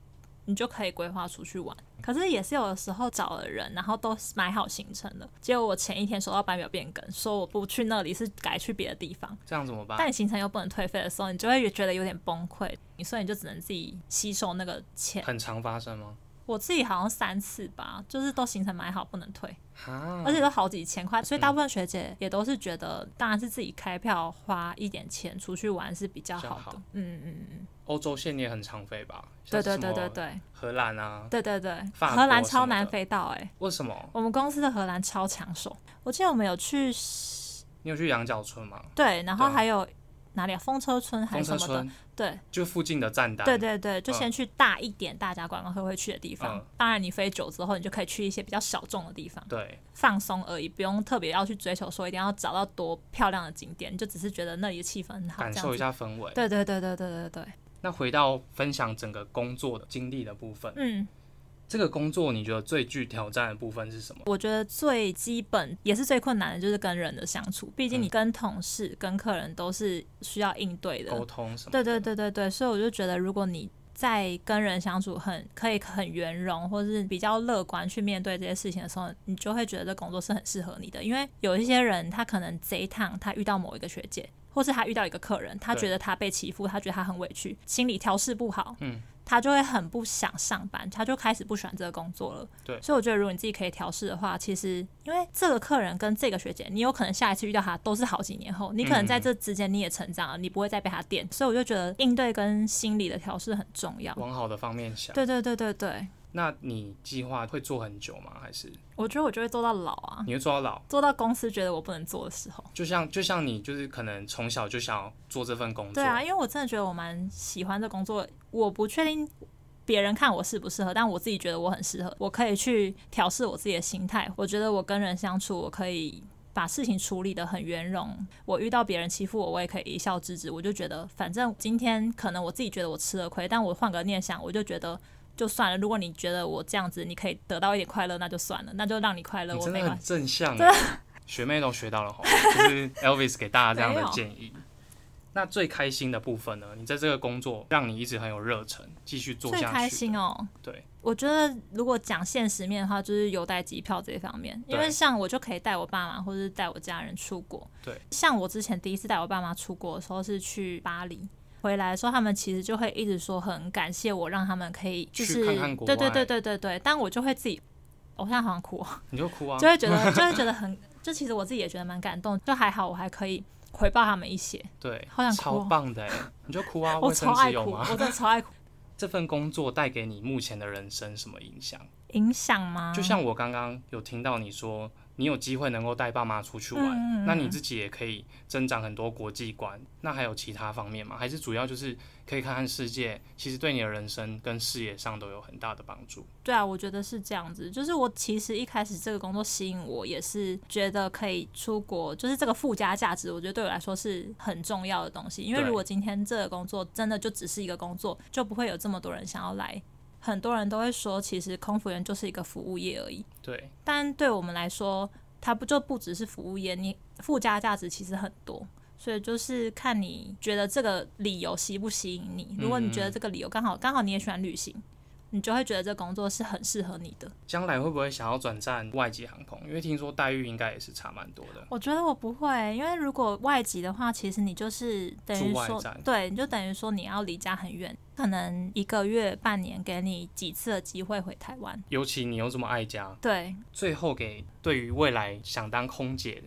S2: 你就可以规划出去玩。可是也是有的时候找了人，然后都买好行程了，结果我前一天收到班表变更，说我不去那里，是改去别的地方。
S1: 这样怎么办？
S2: 但你行程又不能退费的时候，你就会觉得有点崩溃，你所以你就只能自己吸收那个钱。
S1: 很常发生吗？
S2: 我自己好像三次吧，就是都行程买好不能退，
S1: 哈
S2: 而，且都好几千块，
S1: 嗯
S2: 所以大部分学姐也都是觉得，当然是自己开票花一点钱出去玩是比较
S1: 比较
S2: 好
S1: 好
S2: 的。嗯嗯嗯，
S1: 欧洲线你也很常飞吧？像
S2: 对对
S1: 是
S2: 对
S1: 什
S2: 对
S1: 么
S2: 对
S1: 荷兰啊？
S2: 对对对，
S1: 法
S2: 荷兰
S1: 国
S2: 超
S1: 什么
S2: 难
S1: 的
S2: 飞到哎、
S1: 为什么？
S2: 我们公司的荷兰超抢手，我记得我们有去
S1: 你有去羊角村吗？
S2: 对，
S1: 对
S2: 然后
S1: 啊
S2: 还有哪里啊？风车村还
S1: 风
S2: 是
S1: 车
S2: 什么的
S1: 村，
S2: 对，
S1: 就附近的站单。
S2: 对对对，
S1: 嗯
S2: 就先去大一点大家观光客会去的地方。
S1: 嗯
S2: 当然，你飞久之后，你就可以去一些比较小众的地方
S1: 对
S2: 放松而已，不用特别要去追求说一定要找到多漂亮的景点，你就只是觉得那里的气氛很好，
S1: 感
S2: 这
S1: 受
S2: 样
S1: 一
S2: 子。
S1: 下氛围。
S2: 对对对对对对对，
S1: 那回到分享整个工作的经历的部分，
S2: 嗯，
S1: 这个工作你觉得最具挑战的部分是什么？
S2: 我觉得最基本也是最困难的就是跟人的相处，毕
S1: 嗯
S2: 竟你跟同事、跟客人都是需要应对的，
S1: 沟通什么？
S2: 对对对对对，所以我就觉得，如果你在跟人相处很可以很圆融，或是比较乐观去面对这些事情的时候，你就会觉得这工作是很适合你的。因为有一些人，他可能这一趟他遇到某一个学姐，或是他遇到一个客人，他
S1: 对
S2: 觉得他被欺负，他觉得他很委屈，心理调试不好，
S1: 嗯，
S2: 他就会很不想上班，他就开始不喜欢这个工作了。
S1: 对
S2: 所以我觉得如果你自己可以调试的话，其实因为这个客人跟这个学姐，你有可能下一次遇到他都是好几年后，你
S1: 嗯
S2: 可能在这之间你也成长了，你不会再被他电，所以我就觉得应对跟心理的调试很重要。
S1: 往好的方面想。
S2: 对对对对对，
S1: 那你计划会做很久吗？还是
S2: 我觉得我就会做到老啊，
S1: 你会做到老？
S2: 做到公司觉得我不能做的时候。
S1: 就像就像你就是可能从小就想要做这份工作，
S2: 对啊，因为我真的觉得我蛮喜欢这工作，我不确定别人看我适不适合，但我自己觉得我很适合，我可以去调试我自己的心态。我觉得我跟人相处，我可以把事情处理得很圆融。我遇到别人欺负我，我也可以一笑置之。我就觉得，反正今天可能我自己觉得我吃了亏，但我换个念想，我就觉得。就算了，如果你觉得我这样子，你可以得到一点快乐，那就算了，那就让你快乐，
S1: 你嗯
S2: 我
S1: 真
S2: 没
S1: 的
S2: 关
S1: 很
S2: 系。
S1: 正向欸，学妹都学到了吼，就是 Elvis 给大家这样的建议。那最开心的部分呢？你在这个工作让你一直很有热忱，继续做
S2: 最
S1: 下去。
S2: 开心哦。
S1: 对，
S2: 我觉得如果讲现实面的话，就是邮贷机票这一方面，因为
S1: 对
S2: 像我就可以带我爸妈或是带我家人出国。
S1: 对，
S2: 像我之前第一次带我爸妈出国的时候是去巴黎。回来的时候，他们其实就会一直说很感谢我，让他们可以
S1: 去
S2: 就是
S1: 看看国
S2: 对对对
S1: 外
S2: 对对对，但我就会自己，我现在好想哭哦、
S1: 你就哭啊
S2: 就。会觉得就会觉得很， *laughs* 就其实我自己也觉得蛮感动，就还好我还可以回报他们一些，
S1: 对，
S2: 好想哭
S1: 超
S2: 哦
S1: 棒的哎、你就哭啊！
S2: *laughs* 我
S1: 卫生
S2: 超爱
S1: 纸
S2: 哭，
S1: 有
S2: 我
S1: 吗？ *laughs*
S2: 真的超爱哭。
S1: 这份工作带给你目前的人生什么影响？
S2: 影响吗？
S1: 就像我刚刚有听到你说，你有机会能够带爸妈出去玩，
S2: 嗯嗯嗯
S1: 那你自己也可以增长很多国际观。那还有其他方面吗？还是主要就是可以看看世界，其实对你的人生跟事业上都有很大的帮助。
S2: 对啊，我觉得是这样子。就是我其实一开始这个工作吸引我，也是觉得可以出国，就是这个附加价值，我觉得对我来说是很重要的东西。因为
S1: 对
S2: 如果今天这个工作真的就只是一个工作，就不会有这么多人想要来。很多人都会说，其实空服员就是一个服务业而已。
S1: 对，
S2: 但对我们来说，它不就不只是服务业，你附加价值其实很多。所以就是看你觉得这个理由吸不吸引你。如果
S1: 嗯
S2: 你觉得这个理由刚好刚好你也喜欢旅行，你就会觉得这工作是很适合你的。
S1: 将来会不会想要转战外籍航空？因为听说待遇应该也是差蛮多的。
S2: 我觉得我不会，因为如果外籍的话，其实你就是等于
S1: 住外
S2: 说
S1: 站，
S2: 对，你就等于说你要离家很远，可能一个月、半年给你几次的机会回台湾。
S1: 尤其你又这么爱家，
S2: 对，
S1: 最后给对于未来想当空姐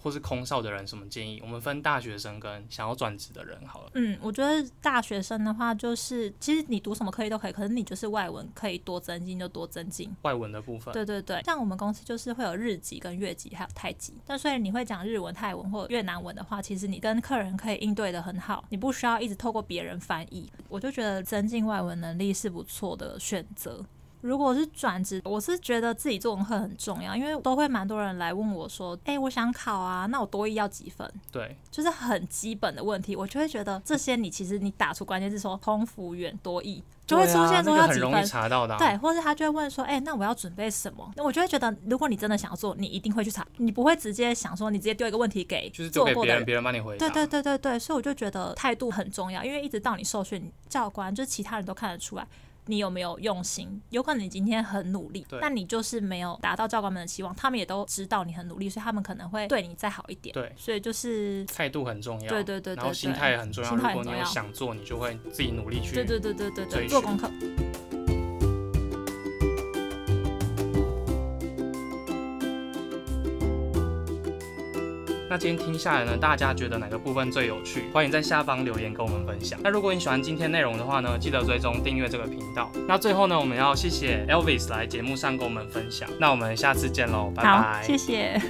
S1: 或是空少的人什么建议？我们分大学生跟想要转职的人好了。
S2: 嗯，我觉得大学生的话，就是其实你读什么科系都可以，可是你就是外文可以多增进就多增进。
S1: 外文的部分，
S2: 对对对，像我们公司就是会有日籍跟越籍还有泰籍，但所以你会讲日文、泰文或越南文的话，其实你跟客人可以应对的很好，你不需要一直透过别人翻译。我就觉得增进外文能力是不错的选择。如果是转职，我是觉得自己做功课很重要，因为都会蛮多人来问我说：“哎、我想考啊，那我多一要几分？”
S1: 对
S2: 就是很基本的问题，我就会觉得这些你其实你打出关键字说空服员多义，就会出
S1: 对啊
S2: 现说
S1: 那
S2: 要
S1: 个很
S2: 几
S1: 容易
S2: 分。
S1: 查到的、啊。
S2: 对，或是他就会问说，哎、那我要准备什么？那我就会觉得，如果你真的想要做，你一定会去查，你不会直接想说你直接丢一个问题给
S1: 就是丢
S2: 做
S1: 给
S2: 过
S1: 别
S2: 的
S1: 人，别人帮你回答。
S2: 对对对对对，所以我就觉得态度很重要，因为一直到你受训，教官就是其他人都看得出来你有没有用心。有可能你今天很努力
S1: 对，
S2: 但你就是没有达到教官们的期望，他们也都知道你很努力，所以他们可能会对你再好一点。
S1: 对
S2: 所以就是
S1: 态度很重要，
S2: 对对对对
S1: 然后心态也很重要。
S2: 心
S1: 如
S2: 态很
S1: 果你
S2: 重
S1: 有
S2: 要
S1: 想做，你就会自己努力去。
S2: 对对对对
S1: 追
S2: 对对，
S1: 寻
S2: 做功课。
S1: 那今天听下来呢，大家觉得哪个部分最有趣？欢迎在下方留言跟我们分享。那如果你喜欢今天内容的话呢，记得追踪订阅这个频道。那最后呢，我们要谢谢 Elvis 来节目上跟我们分享。那我们下次见喽，拜
S2: 好，
S1: 拜。
S2: 谢谢。